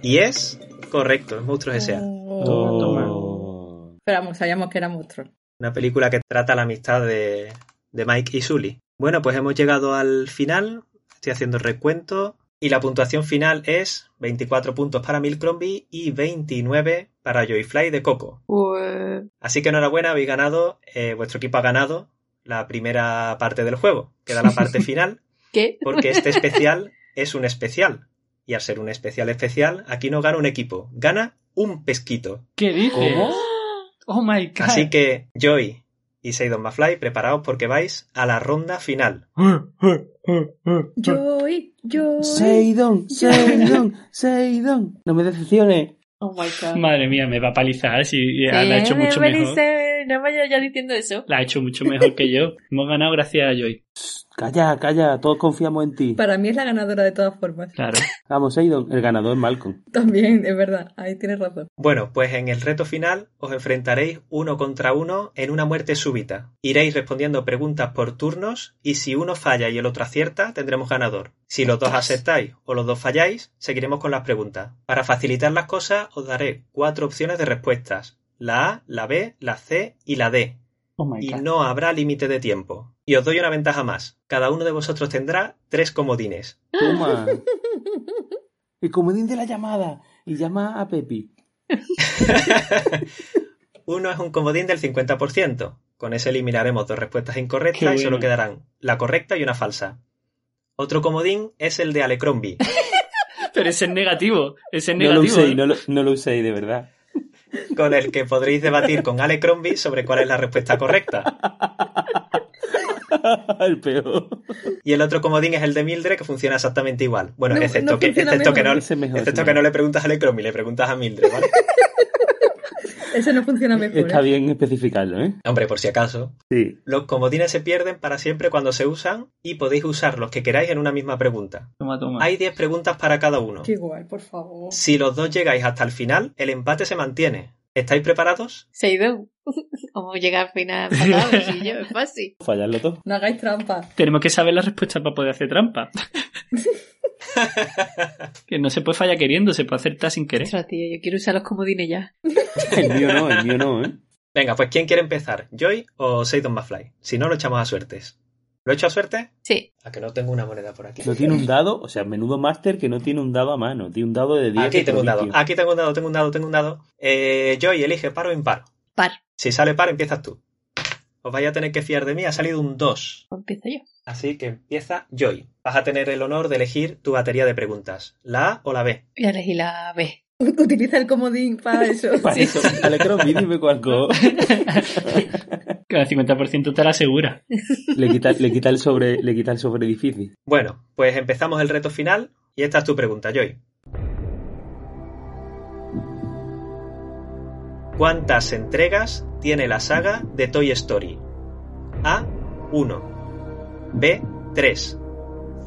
E: Y es correcto, es Monstruos S.A.
H: Oh. Esperamos, sabíamos que era monstruo.
E: Una película que trata la amistad de, de Mike y Sully. Bueno, pues hemos llegado al final. Estoy haciendo el recuento. Y la puntuación final es 24 puntos para Milcrombie y 29 para Joyfly de Coco.
F: Pues,
E: Así que enhorabuena, habéis ganado, eh, vuestro equipo ha ganado la primera parte del juego. Queda la parte final,
F: ¿Qué?
E: porque este especial es un especial. Y al ser un especial especial, aquí no gana un equipo, gana un pesquito.
G: ¿Qué dices? Oh my god.
E: Así que, Joy y Seidon Mafly, preparaos porque vais a la ronda final.
H: Joy, Joy.
O: Seidon, Seidon, Seidon. No me decepciones.
F: Oh my god.
G: Madre mía, me va a palizar si la ha hecho mucho mejor.
F: Eh, No vaya ya diciendo eso.
G: La ha hecho mucho mejor que yo. Hemos ganado gracias a Joy.
O: Calla, calla, todos confiamos en ti.
H: Para mí es la ganadora de todas formas.
G: Claro.
O: Vamos, Seidon, el ganador es Malcolm.
H: También, es verdad, ahí tienes razón.
E: Bueno, pues en el reto final os enfrentaréis uno contra uno en una muerte súbita. Iréis respondiendo preguntas por turnos y si uno falla y el otro acierta, tendremos ganador. Si los dos aceptáis o los dos falláis, seguiremos con las preguntas. Para facilitar las cosas os daré cuatro opciones de respuestas. La A, la B, la C y la D. y no habrá límite de tiempo. Y os doy una ventaja más. Cada uno de vosotros tendrá tres comodines.
O: Toma. El comodín de la llamada. Y llama a Pepi.
E: Uno es un comodín del 50%. Con ese eliminaremos dos respuestas incorrectas
O: Qué
E: y solo
O: bueno.
E: quedarán la correcta y una falsa. Otro comodín es el de Alecrombie.
G: Pero ese es negativo. Ese es
O: No lo
G: negativo.
O: uséis, no lo, no lo uséis, de verdad.
E: con el que podréis debatir con Alecrombie sobre cuál es la respuesta correcta.
O: El peor.
E: Y el otro comodín es el de Mildred, que funciona exactamente igual. Bueno,
O: No,
E: excepto,
O: no
E: que,
O: funciona
E: excepto, que, no,
O: mejor. Ese es mejor,
E: excepto
O: ese
E: que
O: es
E: no le preguntas a Alecrombie, le preguntas a Mildred, ¿vale?
H: Ese no funciona mejor.
O: Está
H: ¿eh?
O: bien especificarlo, ¿eh?
E: Hombre, por si acaso.
O: Sí.
E: Los comodines se pierden para siempre cuando se usan y podéis usar los que queráis en una misma pregunta.
G: Toma, toma.
E: Hay 10 preguntas para cada uno.
H: Qué guay, por favor.
E: Si los dos llegáis hasta el final, el empate se mantiene. ¿Estáis preparados?
F: Seidon. Como llegar al final empatado, si yo, es fácil.
O: Fallarlo todo.
H: No hagáis trampa.
G: Tenemos que saber la respuesta para poder hacer trampa. que no se puede fallar queriendo, se puede acertar sin querer.
F: Ostras, tío, yo quiero usar los comodines ya.
O: El mío no, el mío no, ¿eh?
E: Venga, pues ¿quién quiere empezar? ¿Joy o Seidon Mafly? Si no, lo echamos a suertes. ¿Lo echo a suerte?
F: Sí.
E: A que no tengo una moneda por aquí.
O: No tiene un dado, o sea, menudo máster que no tiene un dado a mano. Tiene un dado de 10.
E: Aquí
O: de
E: tengo un dado,
O: prodigio.
E: aquí tengo un dado, tengo un dado, tengo un dado. Eh, Joy, elige par o impar.
F: Par.
E: Si sale par, empiezas tú. Os vais a tener que fiar de mí, ha salido un 2.
F: Empiezo yo.
E: Así que empieza Joy. Vas a tener el honor de elegir tu batería de preguntas. ¿La A o la B?
F: Voy a elegir la B.
H: U- Utiliza el comodín para eso.
O: Para eso, Alecrombie, dime cuál co-
G: Cada 50% te la asegura.
O: Le quita, le quita el sobre, le quita el sobre difícil.
E: Bueno, pues empezamos el reto final y esta es tu pregunta, Joy. ¿Cuántas entregas tiene la saga de Toy Story? A 1, B 3,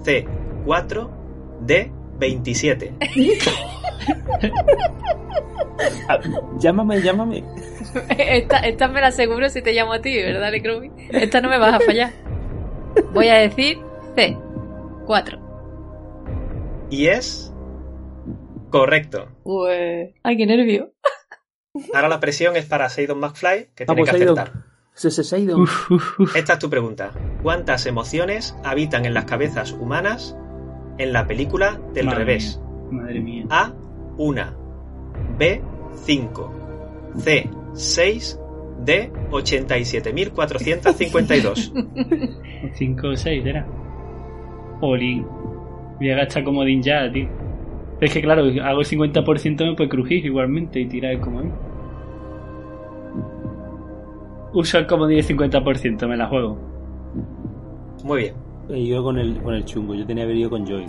E: C 4, D 27.
O: Llámame, llámame.
F: Esta, esta me la aseguro si te llamo a ti, ¿verdad, Lecrobi? Esta no me vas a fallar. Voy a decir C. 4.
E: Y es correcto.
F: Ay, qué nervio.
E: Ahora la presión es para Seidon McFly, que tiene
O: Vamos,
E: que
O: Seidon.
E: acertar.
O: Se- se- Seidon.
E: Esta es tu pregunta. ¿Cuántas emociones habitan en las cabezas humanas en la película del
G: Madre
E: revés?
G: Madre mía.
E: A, 1. B, 5. C, 6. D, 87.452.
G: 5 o 6 era. Olin. Voy a gastar comodín ya, tío. Es que claro, hago el 50% me puede crujir igualmente y tirar el comodín. Uso el comodín del 50%, me la juego.
E: Muy bien.
O: Y yo con el, con el chungo, yo tenía venido con Joy.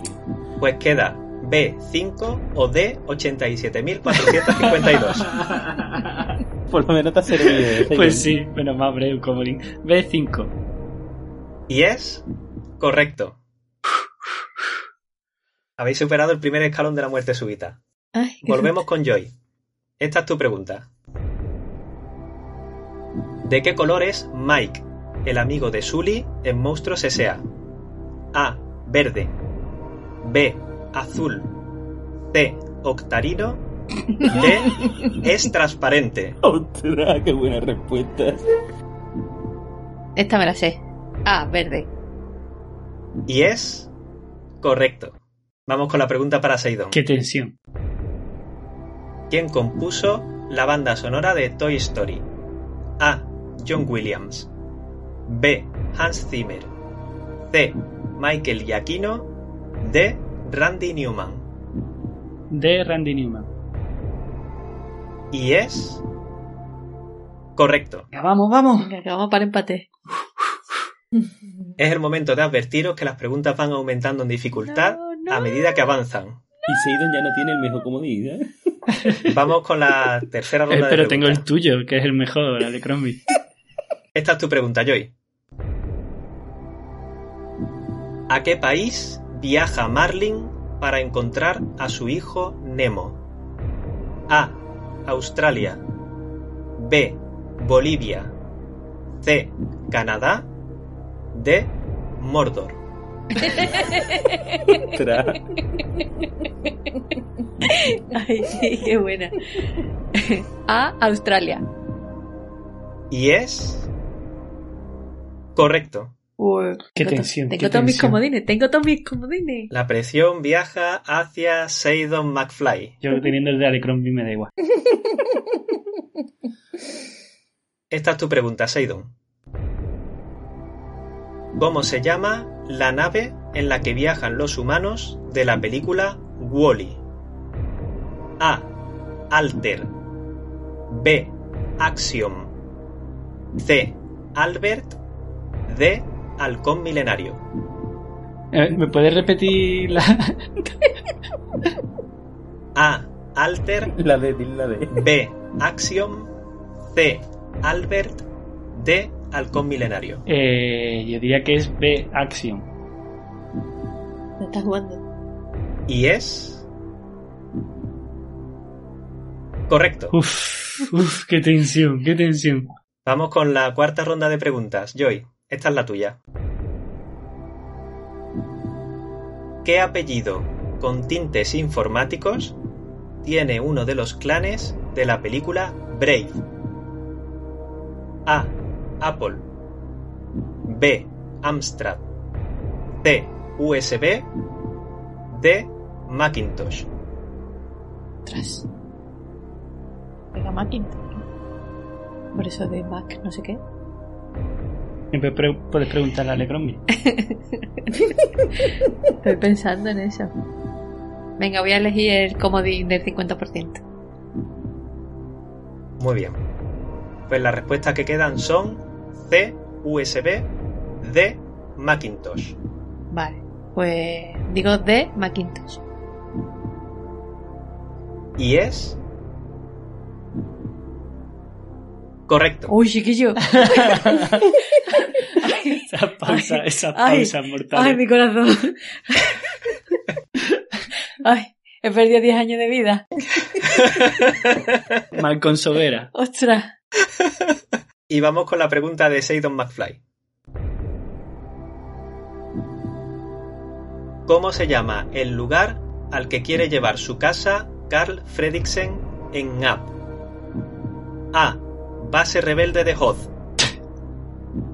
E: Pues queda B, 5 o D, 87.452.
O: Por lo menos te ha servido. ¿eh, Seidon?
G: Pues sí, menos mal, breve, un comodín. B5.
E: Y es correcto. Habéis superado el primer escalón de la muerte súbita.
F: Ay, qué
E: Volvemos con Joy. Esta es tu pregunta. ¿De qué color es Mike, el amigo de Sully en Monstruos S.A.? A. Verde. B. Azul. C. Octarino. D. Es transparente.
O: Ostras, qué buena respuesta.
F: Esta me la sé. Ah, verde.
E: Y es correcto. Vamos con la pregunta para Seidon.
G: Qué tensión.
E: ¿Quién compuso la banda sonora de Toy Story? A. John Williams. B. Hans Zimmer. C. Michael Giacchino. D. Randy Newman.
G: D. Randy Newman.
E: Y es. Correcto.
F: vamos, vamos. Venga, que vamos para empate.
E: Es el momento de advertiros que las preguntas van aumentando en dificultad a medida que avanzan.
O: Y Seidon ya no tiene el mejor comodín, ¿eh?
E: Vamos con la tercera
G: Eh,
E: ronda de
G: pero
E: preguntas.
G: tengo el tuyo, que es el mejor, el de Cromwell.
E: Esta es tu pregunta, Joy. ¿A qué país viaja Marlin para encontrar a su hijo Nemo? A. Australia. B. Bolivia. C. Canadá. D. Mordor.
F: Ay, sí, qué buena. A, Australia.
E: Y es. Correcto.
G: Qué
F: Tengo to-
G: tensión,
F: Tengo
G: qué
F: todos mis
G: tensión.
F: comodines, tengo todos mis comodines.
E: La presión viaja hacia Seidon McFly.
G: Yo teniendo el de Alecrombie me da igual.
E: Esta es tu pregunta, Seidon. ¿Cómo se llama la nave en la que viajan los humanos de la película Wally? A. Alter. B. Axiom. C. Albert. D. Halcón Milenario.
G: Eh, ¿Me puedes repetir la...?
E: A. Alter.
O: La de, la de.
E: B. Axiom. C. Albert. D. Halcón Milenario.
G: Eh, yo diría que es B. Action.
F: No estás jugando.
E: Y es. Correcto.
G: Uf, uf, qué tensión, qué tensión.
E: Vamos con la cuarta ronda de preguntas. Joy, esta es la tuya. ¿Qué apellido con tintes informáticos tiene uno de los clanes de la película Brave? A. Apple. B. Amstrad. C. USB. D. Macintosh.
F: Tras. Venga, Macintosh. Por eso de Mac, no sé qué.
G: Siempre pre- puedes preguntarle a Alecrombie.
F: Estoy pensando en eso. Venga, voy a elegir el comodín del 50%.
E: Muy bien. Pues las respuestas que quedan son C, USB, D, Macintosh.
F: Vale. Pues digo de Macintosh.
E: Y es... Correcto.
F: Uy, chiquillo.
G: Esa pausa, esa
F: ay,
G: pausa mortal. eh.
F: Ay, mi corazón. Ay, he perdido 10 años de vida.
G: Mal con Sobera.
F: Ostras.
E: Y vamos con la pregunta de Seidon McFly. ¿Cómo se llama el lugar al que quiere llevar su casa Carl Fredriksen en App? A. Base rebelde de Hoth.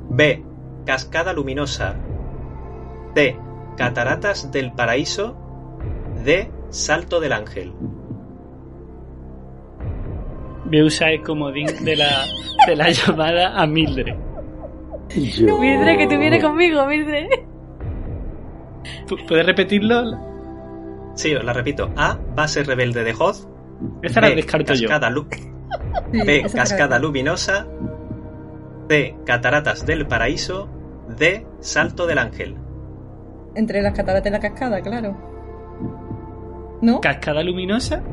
E: B. Cascada luminosa. C. Cataratas del paraíso. D. Salto del ángel.
G: Voy a usar el comodín de la, de la llamada a Mildred.
F: Mildred, que tú vienes conmigo, Mildred.
G: ¿Pu- ¿Puedes repetirlo?
E: Sí, os la repito. A. Base rebelde de Hoth.
G: Esa la descarto yo.
E: cascada lu- B. Cascada luminosa. C. Cataratas del paraíso. D. Salto del ángel.
H: Entre las cataratas y la cascada, claro. ¿No?
G: ¿Cascada luminosa?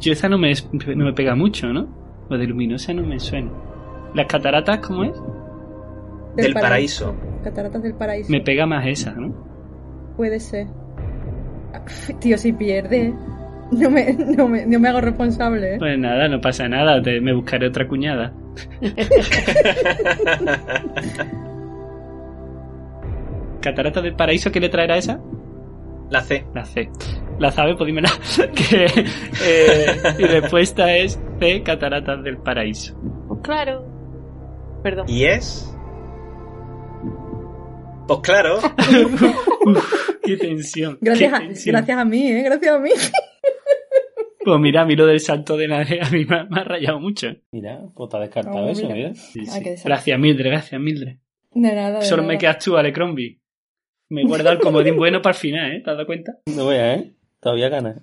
G: Yo esa no me, es- no me pega mucho, ¿no? Lo de luminosa no me suena. ¿Las cataratas cómo es?
H: Del Del paraíso. Cataratas del paraíso.
G: Me pega más esa, ¿no?
H: Puede ser. Ah, Tío, si pierde. No me, no me, no me hago responsable, ¿eh?
G: Pues nada, no pasa nada, te- me buscaré otra cuñada. ¿Catarata del paraíso qué le traerá esa?
E: La C.
G: La C. La sabe, pues dímela. que, eh, mi respuesta es C, cataratas del paraíso.
F: Pues claro. Perdón.
E: ¿Y es? Pues claro.
G: Qué tensión.
H: Gracias
G: qué
H: a,
G: tensión.
H: gracias a mí, ¿eh? Gracias a mí.
G: Pues mira, a mí lo del salto de la E, a mí me, ha- me ha rayado mucho.
O: Mira, pues te ha descartado
H: Oh,
O: eso, ¿eh?
H: mira.
O: mira.
H: Ah, qué desastre.
G: Gracias, Mildred, gracias, Mildred.
H: De nada, de
G: Solo
F: Eh,
G: me
H: nada.
G: quedas tú, Alecrombie. Me he guardado el comodín bueno para el final, ¿eh? ¿Te has dado cuenta?
O: No veas, ¿eh? Todavía ganas.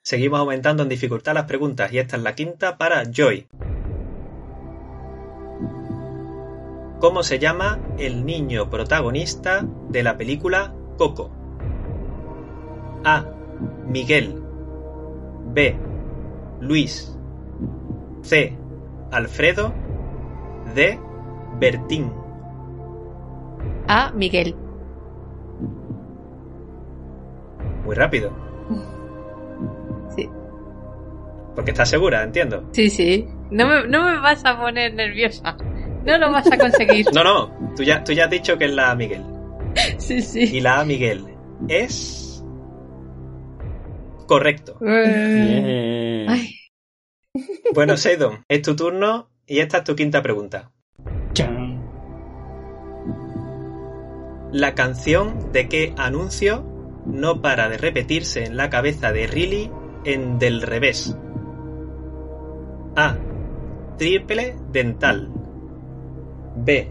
E: Seguimos aumentando en dificultad las preguntas y esta es la quinta para Joy. ¿Cómo se llama el niño protagonista de la película Coco? A. Miguel. B. Luis. C. Alfredo. D. Bertín.
F: A. Miguel.
E: Muy rápido.
F: Sí.
E: Porque estás segura, entiendo.
F: Sí, sí. No me, no me vas a poner nerviosa. No lo vas a conseguir.
E: No, no, tú ya, tú ya has dicho que es la A Miguel.
F: Sí, sí.
E: Y la A Miguel es. Correcto.
F: Eh, Ay.
E: Bueno, Seidon, es tu turno y esta es tu quinta pregunta. La canción de qué anuncio no para de repetirse en la cabeza de Riley en Del Revés. A. Triple dental. B.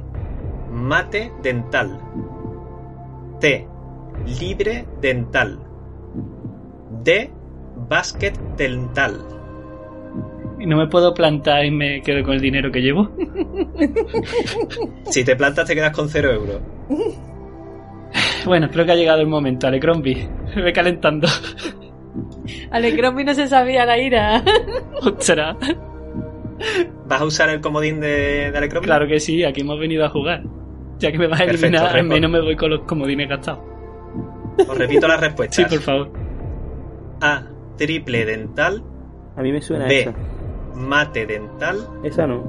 E: Mate dental. C. Libre dental. D. Basket dental.
G: Y no me puedo plantar y me quedo con el dinero que llevo.
E: Si te plantas te quedas con cero euros.
G: Bueno, creo que ha llegado el momento, Alecrombie. Me voy calentando.
F: Alecrombie no se sabía la ira.
G: Será.
E: ¿Vas a usar el comodín de, de Alecrombie?
G: Claro que sí, aquí hemos venido a jugar. Ya que me vas a
E: Perfecto,
G: eliminar, al
E: récord.
G: menos me voy con los comodines gastados.
E: Os repito las respuestas.
G: Sí, por favor.
E: A. Triple dental.
O: A mí me suena
E: B.
O: esa.
E: Mate dental.
O: Esa no.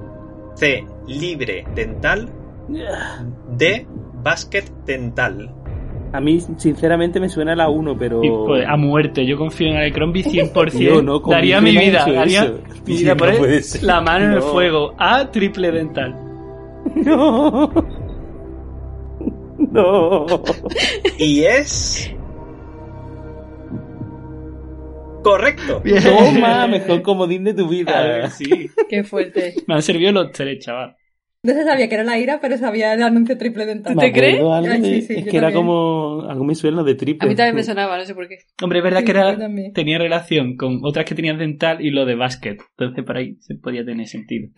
E: C. Libre dental. D. Basket dental.
O: A mí, sinceramente, me suena la 1, pero...
G: Y, pues, a muerte, yo confío en Alecrombie 100%.
O: Yo no, como
G: daría mi
O: Mildred ha
G: vida,
O: hecho
G: daría
O: eso.
G: mi vida
O: No
G: por él.
O: puede ser.
G: La mano en el
O: No.
G: fuego. A triple dental.
O: No. No.
E: Y es. Correcto.
O: Toma, mejor comodín de tu vida.
G: Claro que sí.
H: Qué fuerte.
G: Me han servido los tres, chaval.
H: No se sabía que era la ira, pero sabía el anuncio triple dental.
O: Me acuerdo
F: Ah,
O: algo
H: Ay,
O: de-
H: sí, sí,
O: es
H: yo
O: eh, que era
H: también.
O: como... Algo me suena de triple.
F: A mí también me sonaba, no sé por qué.
G: Hombre, es verdad que
H: Yo
G: era,
H: también.
G: tenía relación con otras que tenían dental y lo de básquet. Entonces, por ahí se podía tener sentido.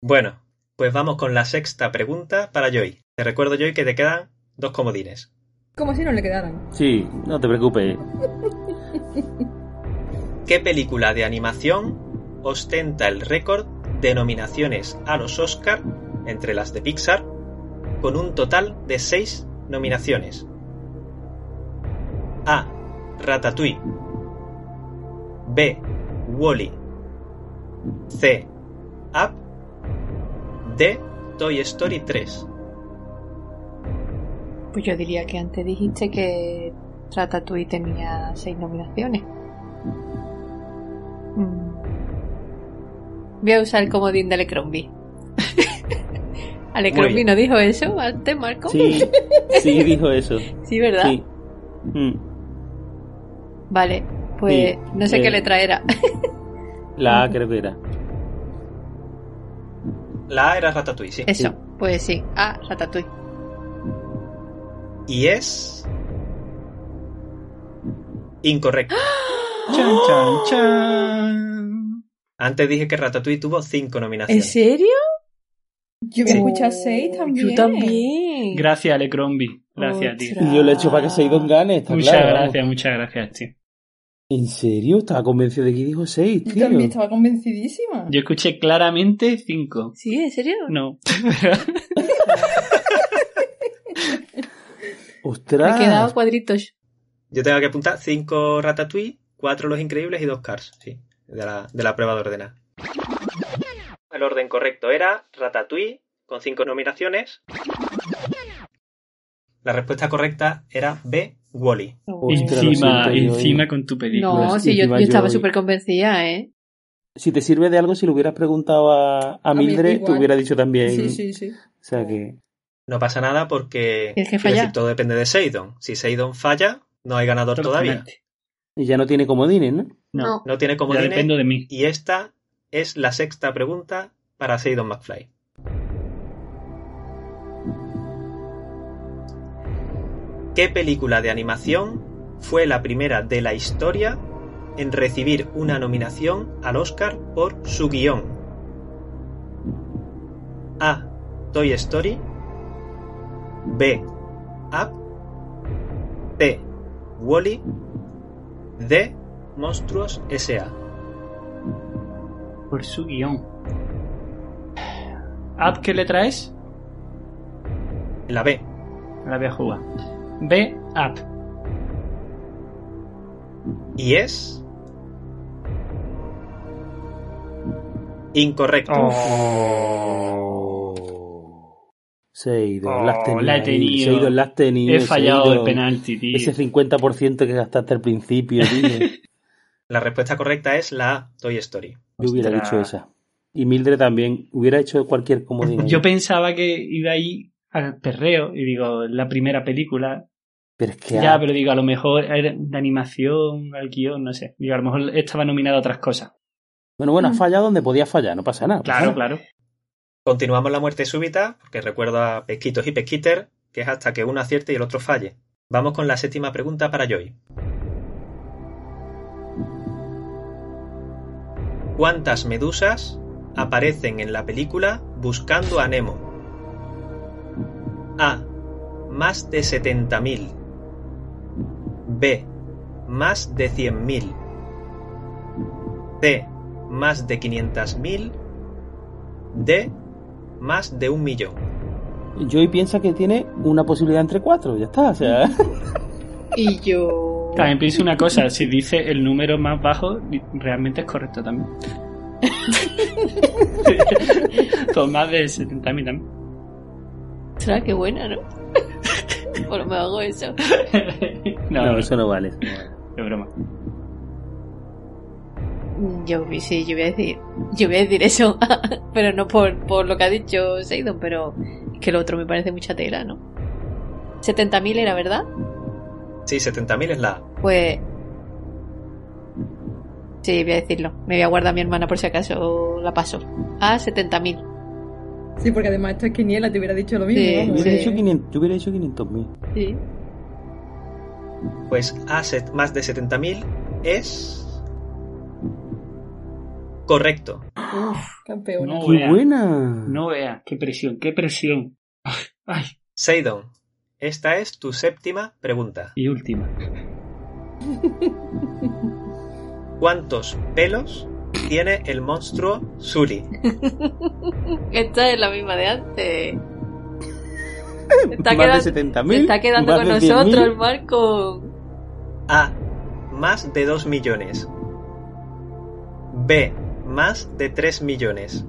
E: Bueno, pues vamos con la sexta pregunta para Joy. Te recuerdo, Joy, que te quedan dos comodines.
H: Como si no le quedaran.
O: Sí, no te preocupes.
E: ¿Qué película de animación ostenta el récord de nominaciones a los Oscar, entre las de Pixar, con un total de seis nominaciones? A. Ratatouille. B. Wally. C. Up. D. Toy Story 3.
F: Pues yo diría que antes dijiste que Ratatouille tenía seis nominaciones. Mm. Voy a usar el comodín de Alecrombie.
O: Muy
F: Alecrombie
O: bien.
F: no dijo eso antes, Marco.
O: Sí, sí, dijo eso.
F: Sí, ¿verdad?
O: Sí. Mm.
F: Vale, pues
O: Sí,
F: no sé
O: eh.
F: qué letra era.
O: La A creo que era.
E: La A era Ratatouille, sí.
F: Eso, pues sí. Ah, Ratatouille.
E: Y es. Incorrecto.
G: Chan, chan, chan.
E: Antes dije que Ratatouille tuvo cinco
H: ¿En
E: nominaciones.
H: serio? Yo me
E: Sí.
H: escuché seis también.
F: también.
G: Gracias, Alecrombie. Gracias, tío.
O: Yo lo he hecho para que Seidon gane, está
G: Muchas
O: claro.
G: gracias, muchas gracias, tío.
O: ¿En serio? Estaba convencido de que dijo 6,
H: Yo
O: tío.
H: también estaba convencidísima.
G: Yo escuché claramente cinco.
F: ¿Sí? ¿En serio?
G: No.
F: Me
O: Ostras.
F: he quedado cuadritos.
E: Yo tengo que apuntar cinco Ratatouille, cuatro Los Increíbles y dos Cars, sí. De la, de la prueba de ordenar. El orden correcto era Ratatouille, con cinco nominaciones. La respuesta correcta era B, Wally.
O: Ostras, lo
G: encima,
O: siento, yo-
G: encima con tu película.
F: No, sí, yo,
O: encima
F: yo estaba
O: yo-
F: súper convencida, ¿eh?
O: Si te sirve de algo, si lo hubieras preguntado a, a
F: mí
O: Mildred,
F: igual.
O: te hubiera dicho también.
F: sí.
O: O sea que.
E: No pasa nada porque
O: Tienes que
E: quiero
O: fallar.
E: decir, todo depende de Seidon. Si Seidon falla, no hay ganador todavía.
O: Y ya no tiene comodines, ¿no?
E: No, tiene como
O: Ya dependo de mí.
E: Y esta es la sexta pregunta para Seidon McFly. ¿Qué película de animación fue la primera de la historia en recibir una nominación al Oscar por su guión? A. Toy Story. B. Up. C. Wally. D. Monstruos S.A.
G: Por su guión. ¿App qué letra es?
E: La B.
G: La voy a jugar. B, app.
E: Y es. Incorrecto.
O: Oh. Seidon,
G: Oh,
O: las tenía.
G: la he tenido.
O: Seidon, las tenía.
G: He fallado
O: Seidon.
G: el penalti, tío.
O: Ese 50% que gastaste al principio, tío.
E: La respuesta correcta es la A, Toy Story.
O: Yo hubiera dicho esa. Y Mildred también. Hubiera hecho cualquier comodín. ahí.
G: Yo pensaba que iba ahí al perreo y digo, la primera película.
O: Pero es que.
G: Ya, pero digo, a lo mejor era de animación, al guión, no sé. Digo, a lo mejor estaba nominada a otras cosas.
O: Bueno, bueno, has fallado donde podía fallar, no pasa nada.
G: Claro, claro.
E: Continuamos la muerte súbita, porque recuerdo a Pesquitos y Pesquiter, que es hasta que uno acierte y el otro falle. Vamos con la séptima pregunta para Joy. ¿Cuántas medusas aparecen en la película Buscando a Nemo? A. Más de 70.000. B. Más de 100.000. C. Más de 500.000. D. Más de un millón.
O: Joy piensa que tiene una posibilidad entre cuatro, ya está. O sea,
F: Y yo.
G: También pienso una cosa, si dice el número más bajo, realmente es correcto también. Con más de 70.000 también.
F: Ostras, qué buena, ¿no? Por lo menos hago eso.
G: No,
O: no, eso no vale.
G: De broma.
F: Yo vi- sí, yo voy a decir. Yo voy a decir eso. pero no por, por lo que ha dicho Seidon, pero es que lo otro me parece mucha tela, ¿no? 70.000 era, ¿verdad?
E: Sí, 70.000 es la A.
F: Pues. Sí, voy a decirlo. Me voy a guardar a mi hermana por si acaso la paso. Ah, 70.000.
H: Sí, porque además esto es quiniela, te hubiera dicho lo mismo.
F: Sí,
O: Yo
H: vamos.
O: hubiera hecho 500 yo hubiera hecho 500.000.
F: Sí.
E: Pues A set- más de 70.000 es... Correcto.
H: Campeona.
G: No
O: ¡Qué
G: vea.
O: buena!
G: No vea, qué presión, qué presión.
E: Seidon, esta es tu séptima pregunta.
G: Y última.
E: ¿Cuántos pelos tiene el monstruo Sully?
F: Esta es la misma de antes. Está
O: Más
F: quedando,
O: de 70.000.
F: se está quedando
O: más
F: con
O: de
F: nosotros
O: 100.000.
F: el Marco.
E: A. Más de 2 millones. B. Más de 3 millones.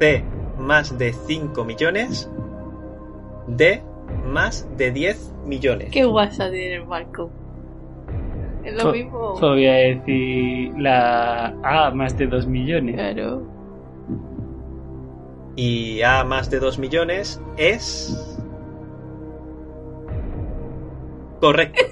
E: C. Más de 5 millones. D. Más de 10 millones.
F: Qué guasa tiene el Marco. Es lo
G: Po-
F: mismo.
G: Podría decir la A más de 2 millones.
F: Claro.
E: Y A más de 2 millones es. Correcto.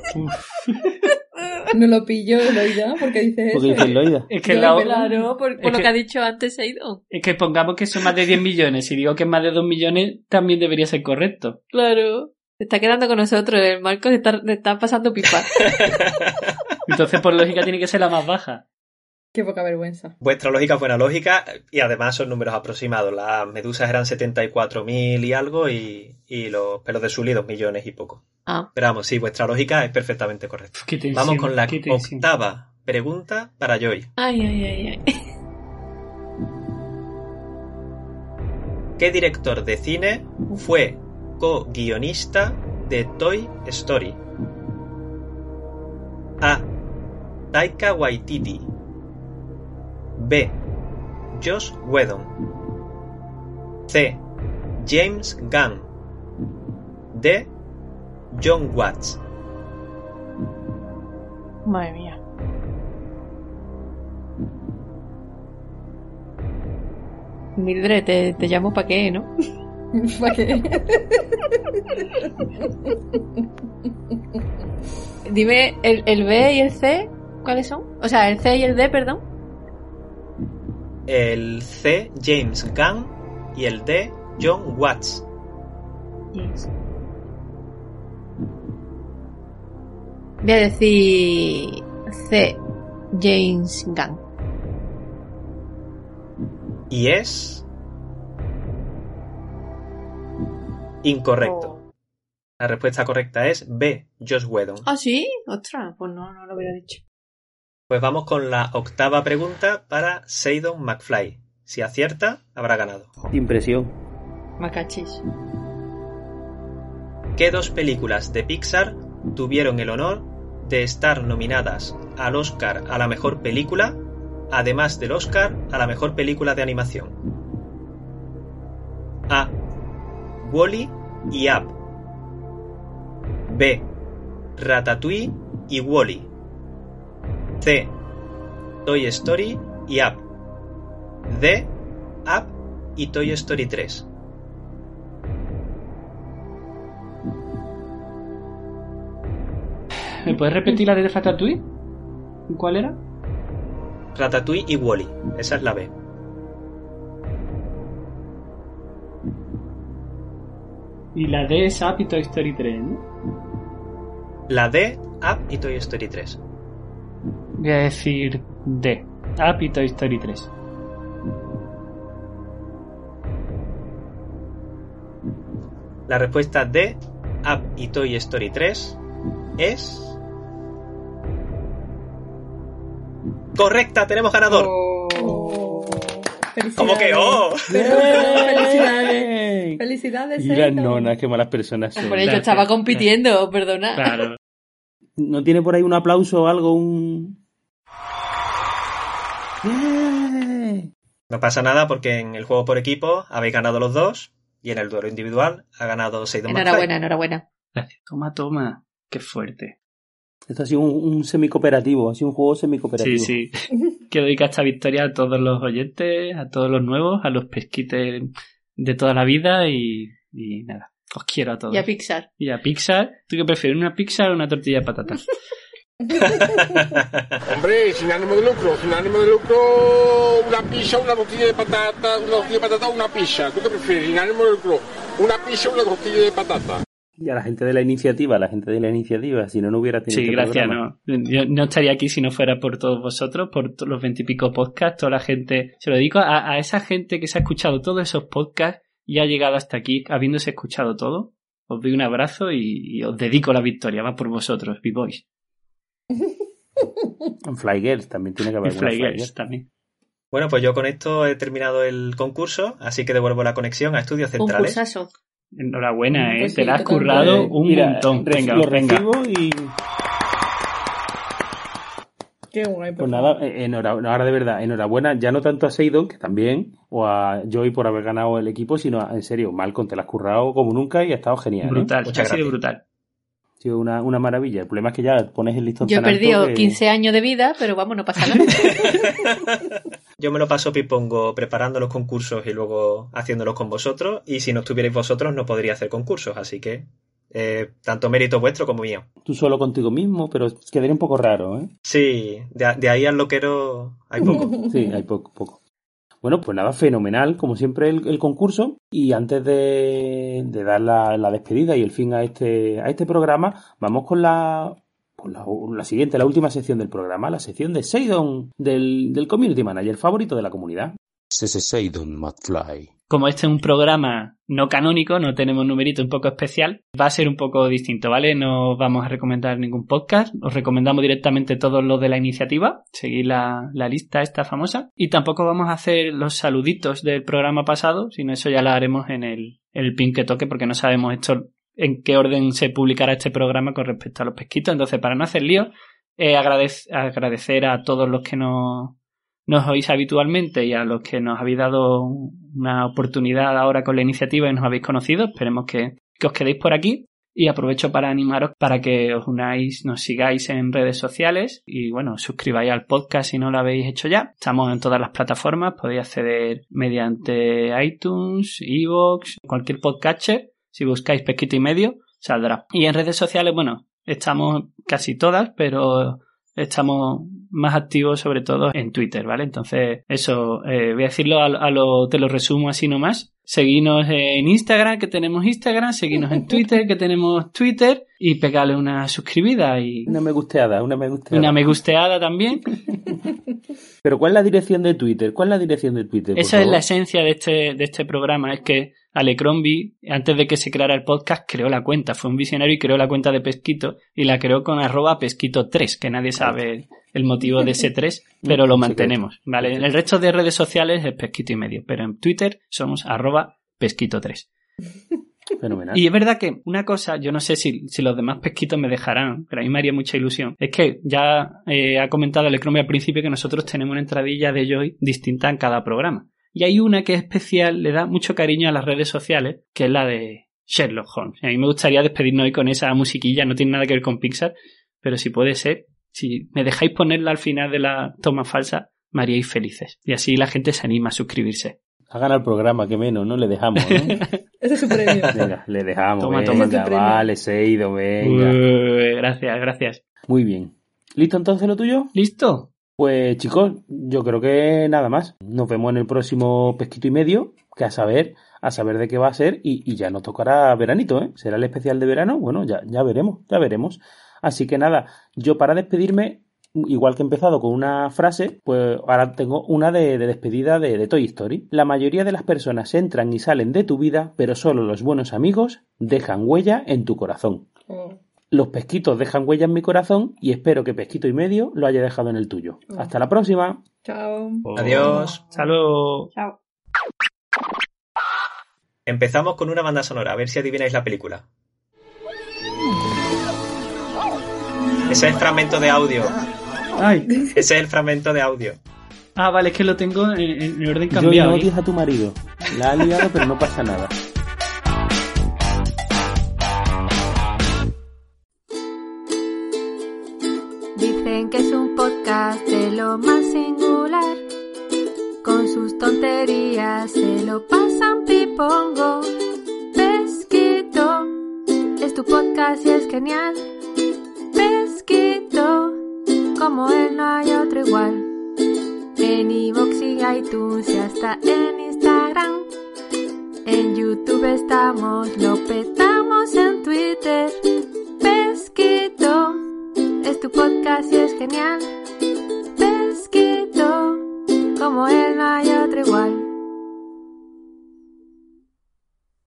H: No lo pillo, Loida, porque dices
G: Porque
H: eso.
G: dices Loida. Es que la-
F: Claro, por, por
G: es
F: lo que...
G: que-
F: ha dicho antes Seidon.
G: Es que pongamos que son más de 10 millones. Si digo que es más de 2 millones, también debería ser correcto.
F: Claro. Se está quedando con nosotros. El Marco se está, le está pasando pipa.
G: Entonces, por lógica, tiene que ser la más baja.
H: Qué poca vergüenza.
E: Vuestra lógica es buena lógica y además son números aproximados. Las medusas eran 74.000 y algo y, y los pelos de Sully 2 millones y poco.
F: Ah.
E: Pero vamos, sí, vuestra lógica es perfectamente correcta.
G: Qué tensión,
E: Vamos con la
G: qué tensión.
E: octava pregunta para Joy.
F: Ay, ay, ay, ay.
E: ¿Qué director de cine fue co-guionista de Toy Story? A. Taika Waititi. B. Josh Whedon. C. James Gunn. D. John Watts.
F: Madre mía. Mildred, te, te llamo para qué, ¿no?
H: ¿Para qué?
F: Dime, ¿el, el B y el C cuáles son? O sea, el C y el D, perdón.
E: El C. James Gunn. Y el D. John Watts.
F: Voy a decir C, James Gunn.
E: Y es. Incorrecto. La respuesta correcta es B. Josh Whedon.
F: ¿Ah, sí? Ostras, pues no, no lo hubiera dicho.
E: Pues vamos con la octava pregunta para Seidon McFly. Si acierta, habrá ganado.
O: Impresión.
F: Macachis.
E: ¿Qué dos películas de Pixar tuvieron el honor de estar nominadas al Oscar a la mejor película, además del Oscar a la mejor película de animación? A. Wally y Up. B. Ratatouille y Wally. C. Toy Story y Up. D. Up y Toy Story 3.
G: ¿Me puedes repetir la de Ratatouille? ¿Cuál era?
E: Ratatouille y Wally. Esa es la B.
G: Y la D es Up y Toy Story 3, ¿no?
E: La D, Up y Toy Story 3.
G: Voy a decir D. Up y Toy Story 3.
E: La respuesta D, Up y Toy Story 3 es... Correcta, tenemos ganador. ¿Cómo que oh?
O: ¡Eh!
H: Felicidades. Felicidades,
O: Y las
H: Seidon.
O: nonas, qué malas personas son.
F: Por ello estaba compitiendo, perdona.
O: ¿No tiene por ahí un aplauso o algo? Un...
E: No pasa nada porque en el juego por equipo habéis ganado los dos y en el duelo individual ha ganado Seidon
F: Enhorabuena, enhorabuena.
G: Toma, toma. Qué fuerte.
O: Esto ha sido un, un semicoperativo, ha sido un juego semicoperativo.
G: Sí, sí. Quiero dedicar esta victoria a todos los oyentes, a todos los nuevos, a los pesquites de toda la vida y, y nada. Os quiero a todos.
F: Y a Pixar.
G: Y a Pixar. ¿Tú qué prefieres, una pizza o una tortilla de patatas?
W: Hombre, sin ánimo de lucro, sin ánimo de lucro, una pizza, una tortilla de patata, una tortilla de patata, una pizza. ¿Tú qué prefieres? Sin ánimo de lucro, una pizza, una tortilla de patata.
O: Y a la gente de la iniciativa, a la gente de la iniciativa, si no, no hubiera tenido
G: Sí,
O: este
G: gracias.
O: programa.
G: No, yo no estaría aquí si no fuera por todos vosotros, por to- los veintipico podcasts, toda la gente. Se lo dedico a, a esa gente que se ha escuchado todos esos podcasts y ha llegado hasta aquí habiéndose escuchado todo. Os doy un abrazo y, y os dedico la victoria. Va por vosotros, B-Boys.
O: En Fly Girls también tiene que haber
G: Y
O: alguna
G: Fly Girls también.
E: Bueno, pues yo con esto he terminado el concurso, así que devuelvo la conexión a Estudios
F: Un
E: Centrales.
F: cursazo.
G: Enhorabuena, ¿eh?
F: Pues
G: Te
F: sí,
G: la has
F: totalmente.
G: currado
O: Eh,
G: un
O: mira,
G: montón.
O: reci-
G: Venga,
O: lo
G: venga.
O: recibo y
H: Qué guay, por
O: pues nada, eh, enhorabuena, ahora de verdad, enhorabuena, ya no tanto a Seidon, que también, o a Joy por haber ganado el equipo, sino a- en serio, Malcolm, te la has currado como nunca y ha estado genial. ¿eh?
G: Brutal, ha sido brutal.
E: Tío, una, una maravilla. El problema es que ya pones el listón
C: Yo he
E: tan alto
C: perdido
E: que-
C: 15 años de vida, pero vamos, no pasa nada.
X: Yo me lo paso pipongo preparando los concursos y luego haciéndolos con vosotros. Y si no estuvierais vosotros, no podría hacer concursos. Así que, eh, tanto mérito vuestro como mío.
E: Tú solo contigo mismo, pero quedaría un poco raro, ¿eh?
X: Sí, de, de ahí al loquero hay poco.
E: Sí, hay poco, poco. Bueno, pues nada, fenomenal, como siempre, el, el concurso. Y antes de, de dar la, la despedida y el fin a este, a este programa, vamos con la, pues la, la siguiente, la última sección del programa, la sección de Seidon, del, del Community Manager, favorito de la comunidad.
G: Seidon McFly. Como este es un programa no canónico, no tenemos numerito un poco especial, va a ser un poco distinto, ¿vale? No os vamos a recomendar ningún podcast, os recomendamos directamente todos los de la iniciativa, seguir la, la lista esta famosa, y tampoco vamos a hacer los saluditos del programa pasado, sino eso ya lo haremos en el, el pin que toque, porque no sabemos esto en qué orden se publicará este programa con respecto a los pesquitos, entonces para no hacer lío, eh, agradec- agradecer a todos los que nos nos oís habitualmente y a los que nos habéis dado una oportunidad ahora con la iniciativa y nos habéis conocido, esperemos que, que os quedéis por aquí y aprovecho para animaros para que os unáis, nos sigáis en redes sociales y bueno, os suscribáis al podcast si no lo habéis hecho ya. Estamos en todas las plataformas, podéis acceder mediante iTunes, Evox, cualquier podcatcher, si buscáis pesquito y medio, saldrá. Y en redes sociales, bueno, estamos casi todas, pero estamos más activos sobre todo en Twitter, ¿vale? Entonces, eso, eh, voy a decirlo a, a lo, te lo resumo así nomás. Seguinos en Instagram, que tenemos Instagram, seguinos en Twitter, que tenemos Twitter, y pegarle una suscribida y
E: Una me gusteada, una me gusteada.
G: una me gusteada también.
E: Pero ¿cuál es la dirección de Twitter? ¿Cuál es la dirección de Twitter? por
G: Esa es
E: favor?
G: la esencia de este, de este programa, es que Alecrombie, antes de que se creara el podcast, creó la cuenta, fue un visionario y creó la cuenta de Pesquito y la creó con arroba pesquito3, que nadie sabe el motivo de ese 3, pero lo mantenemos, ¿vale? En el resto de redes sociales es pesquito y medio, pero en Twitter somos arroba pesquito3.
E: Fenomenal.
G: Y es verdad que una cosa, yo no sé si, si los demás pesquitos me dejarán, pero a mí me haría mucha ilusión. Es que ya eh, ha comentado Elecromia al principio que nosotros tenemos una entradilla de Joy distinta en cada programa. Y hay una que es especial, le da mucho cariño a las redes sociales, que es la de Sherlock Holmes. A mí me gustaría despedirnos hoy con esa musiquilla, no tiene nada que ver con Pixar, pero si puede ser, si me dejáis ponerla al final de la toma falsa, me haríais felices. Y así la gente se anima a suscribirse.
E: Hagan al programa, que menos, ¿no? Le dejamos, ¿no?
H: Ese es su premio.
E: Venga, le dejamos.
G: Toma,
E: venga,
G: toma tu premio.
E: vale, Seido, venga.
G: Ué, gracias, gracias.
E: Muy bien. ¿Listo entonces lo tuyo?
G: ¿Listo?
E: Pues chicos, yo creo que nada más. Nos vemos en el próximo pesquito y medio, que a saber, a saber de qué va a ser, y, y ya nos tocará veranito, ¿eh? ¿Será el especial de verano? Bueno, ya, ya veremos, ya veremos. Así que nada, yo para despedirme, igual que he empezado con una frase, pues ahora tengo una de, de despedida de, de Toy Story. La mayoría de las personas entran y salen de tu vida, pero solo los buenos amigos dejan huella en tu corazón. Los pesquitos dejan huella en mi corazón y espero que pesquito y medio lo haya dejado en el tuyo. Hasta la próxima.
H: Chao.
X: Adiós.
G: Hasta luego.
H: Chao.
X: Empezamos con una banda sonora, a ver si adivináis la película. Ese es el fragmento de audio.
G: Ay.
X: Ese es el fragmento de audio.
G: Ah, vale, es que lo tengo en, en orden
E: Yo
G: cambiado.
E: no
G: ¿eh?
E: odies a tu marido. La ha liado, pero no pasa nada.
F: Dicen que es un podcast de lo más singular. Con sus tonterías se lo pasan pipongo. Pesquito, es tu podcast y es genial. Pesquito, como él no hay otro igual. En iVoox y iTunes y hasta en Instagram. En YouTube estamos, lo petamos en Twitter. Pesquito. Es tu podcast y es genial.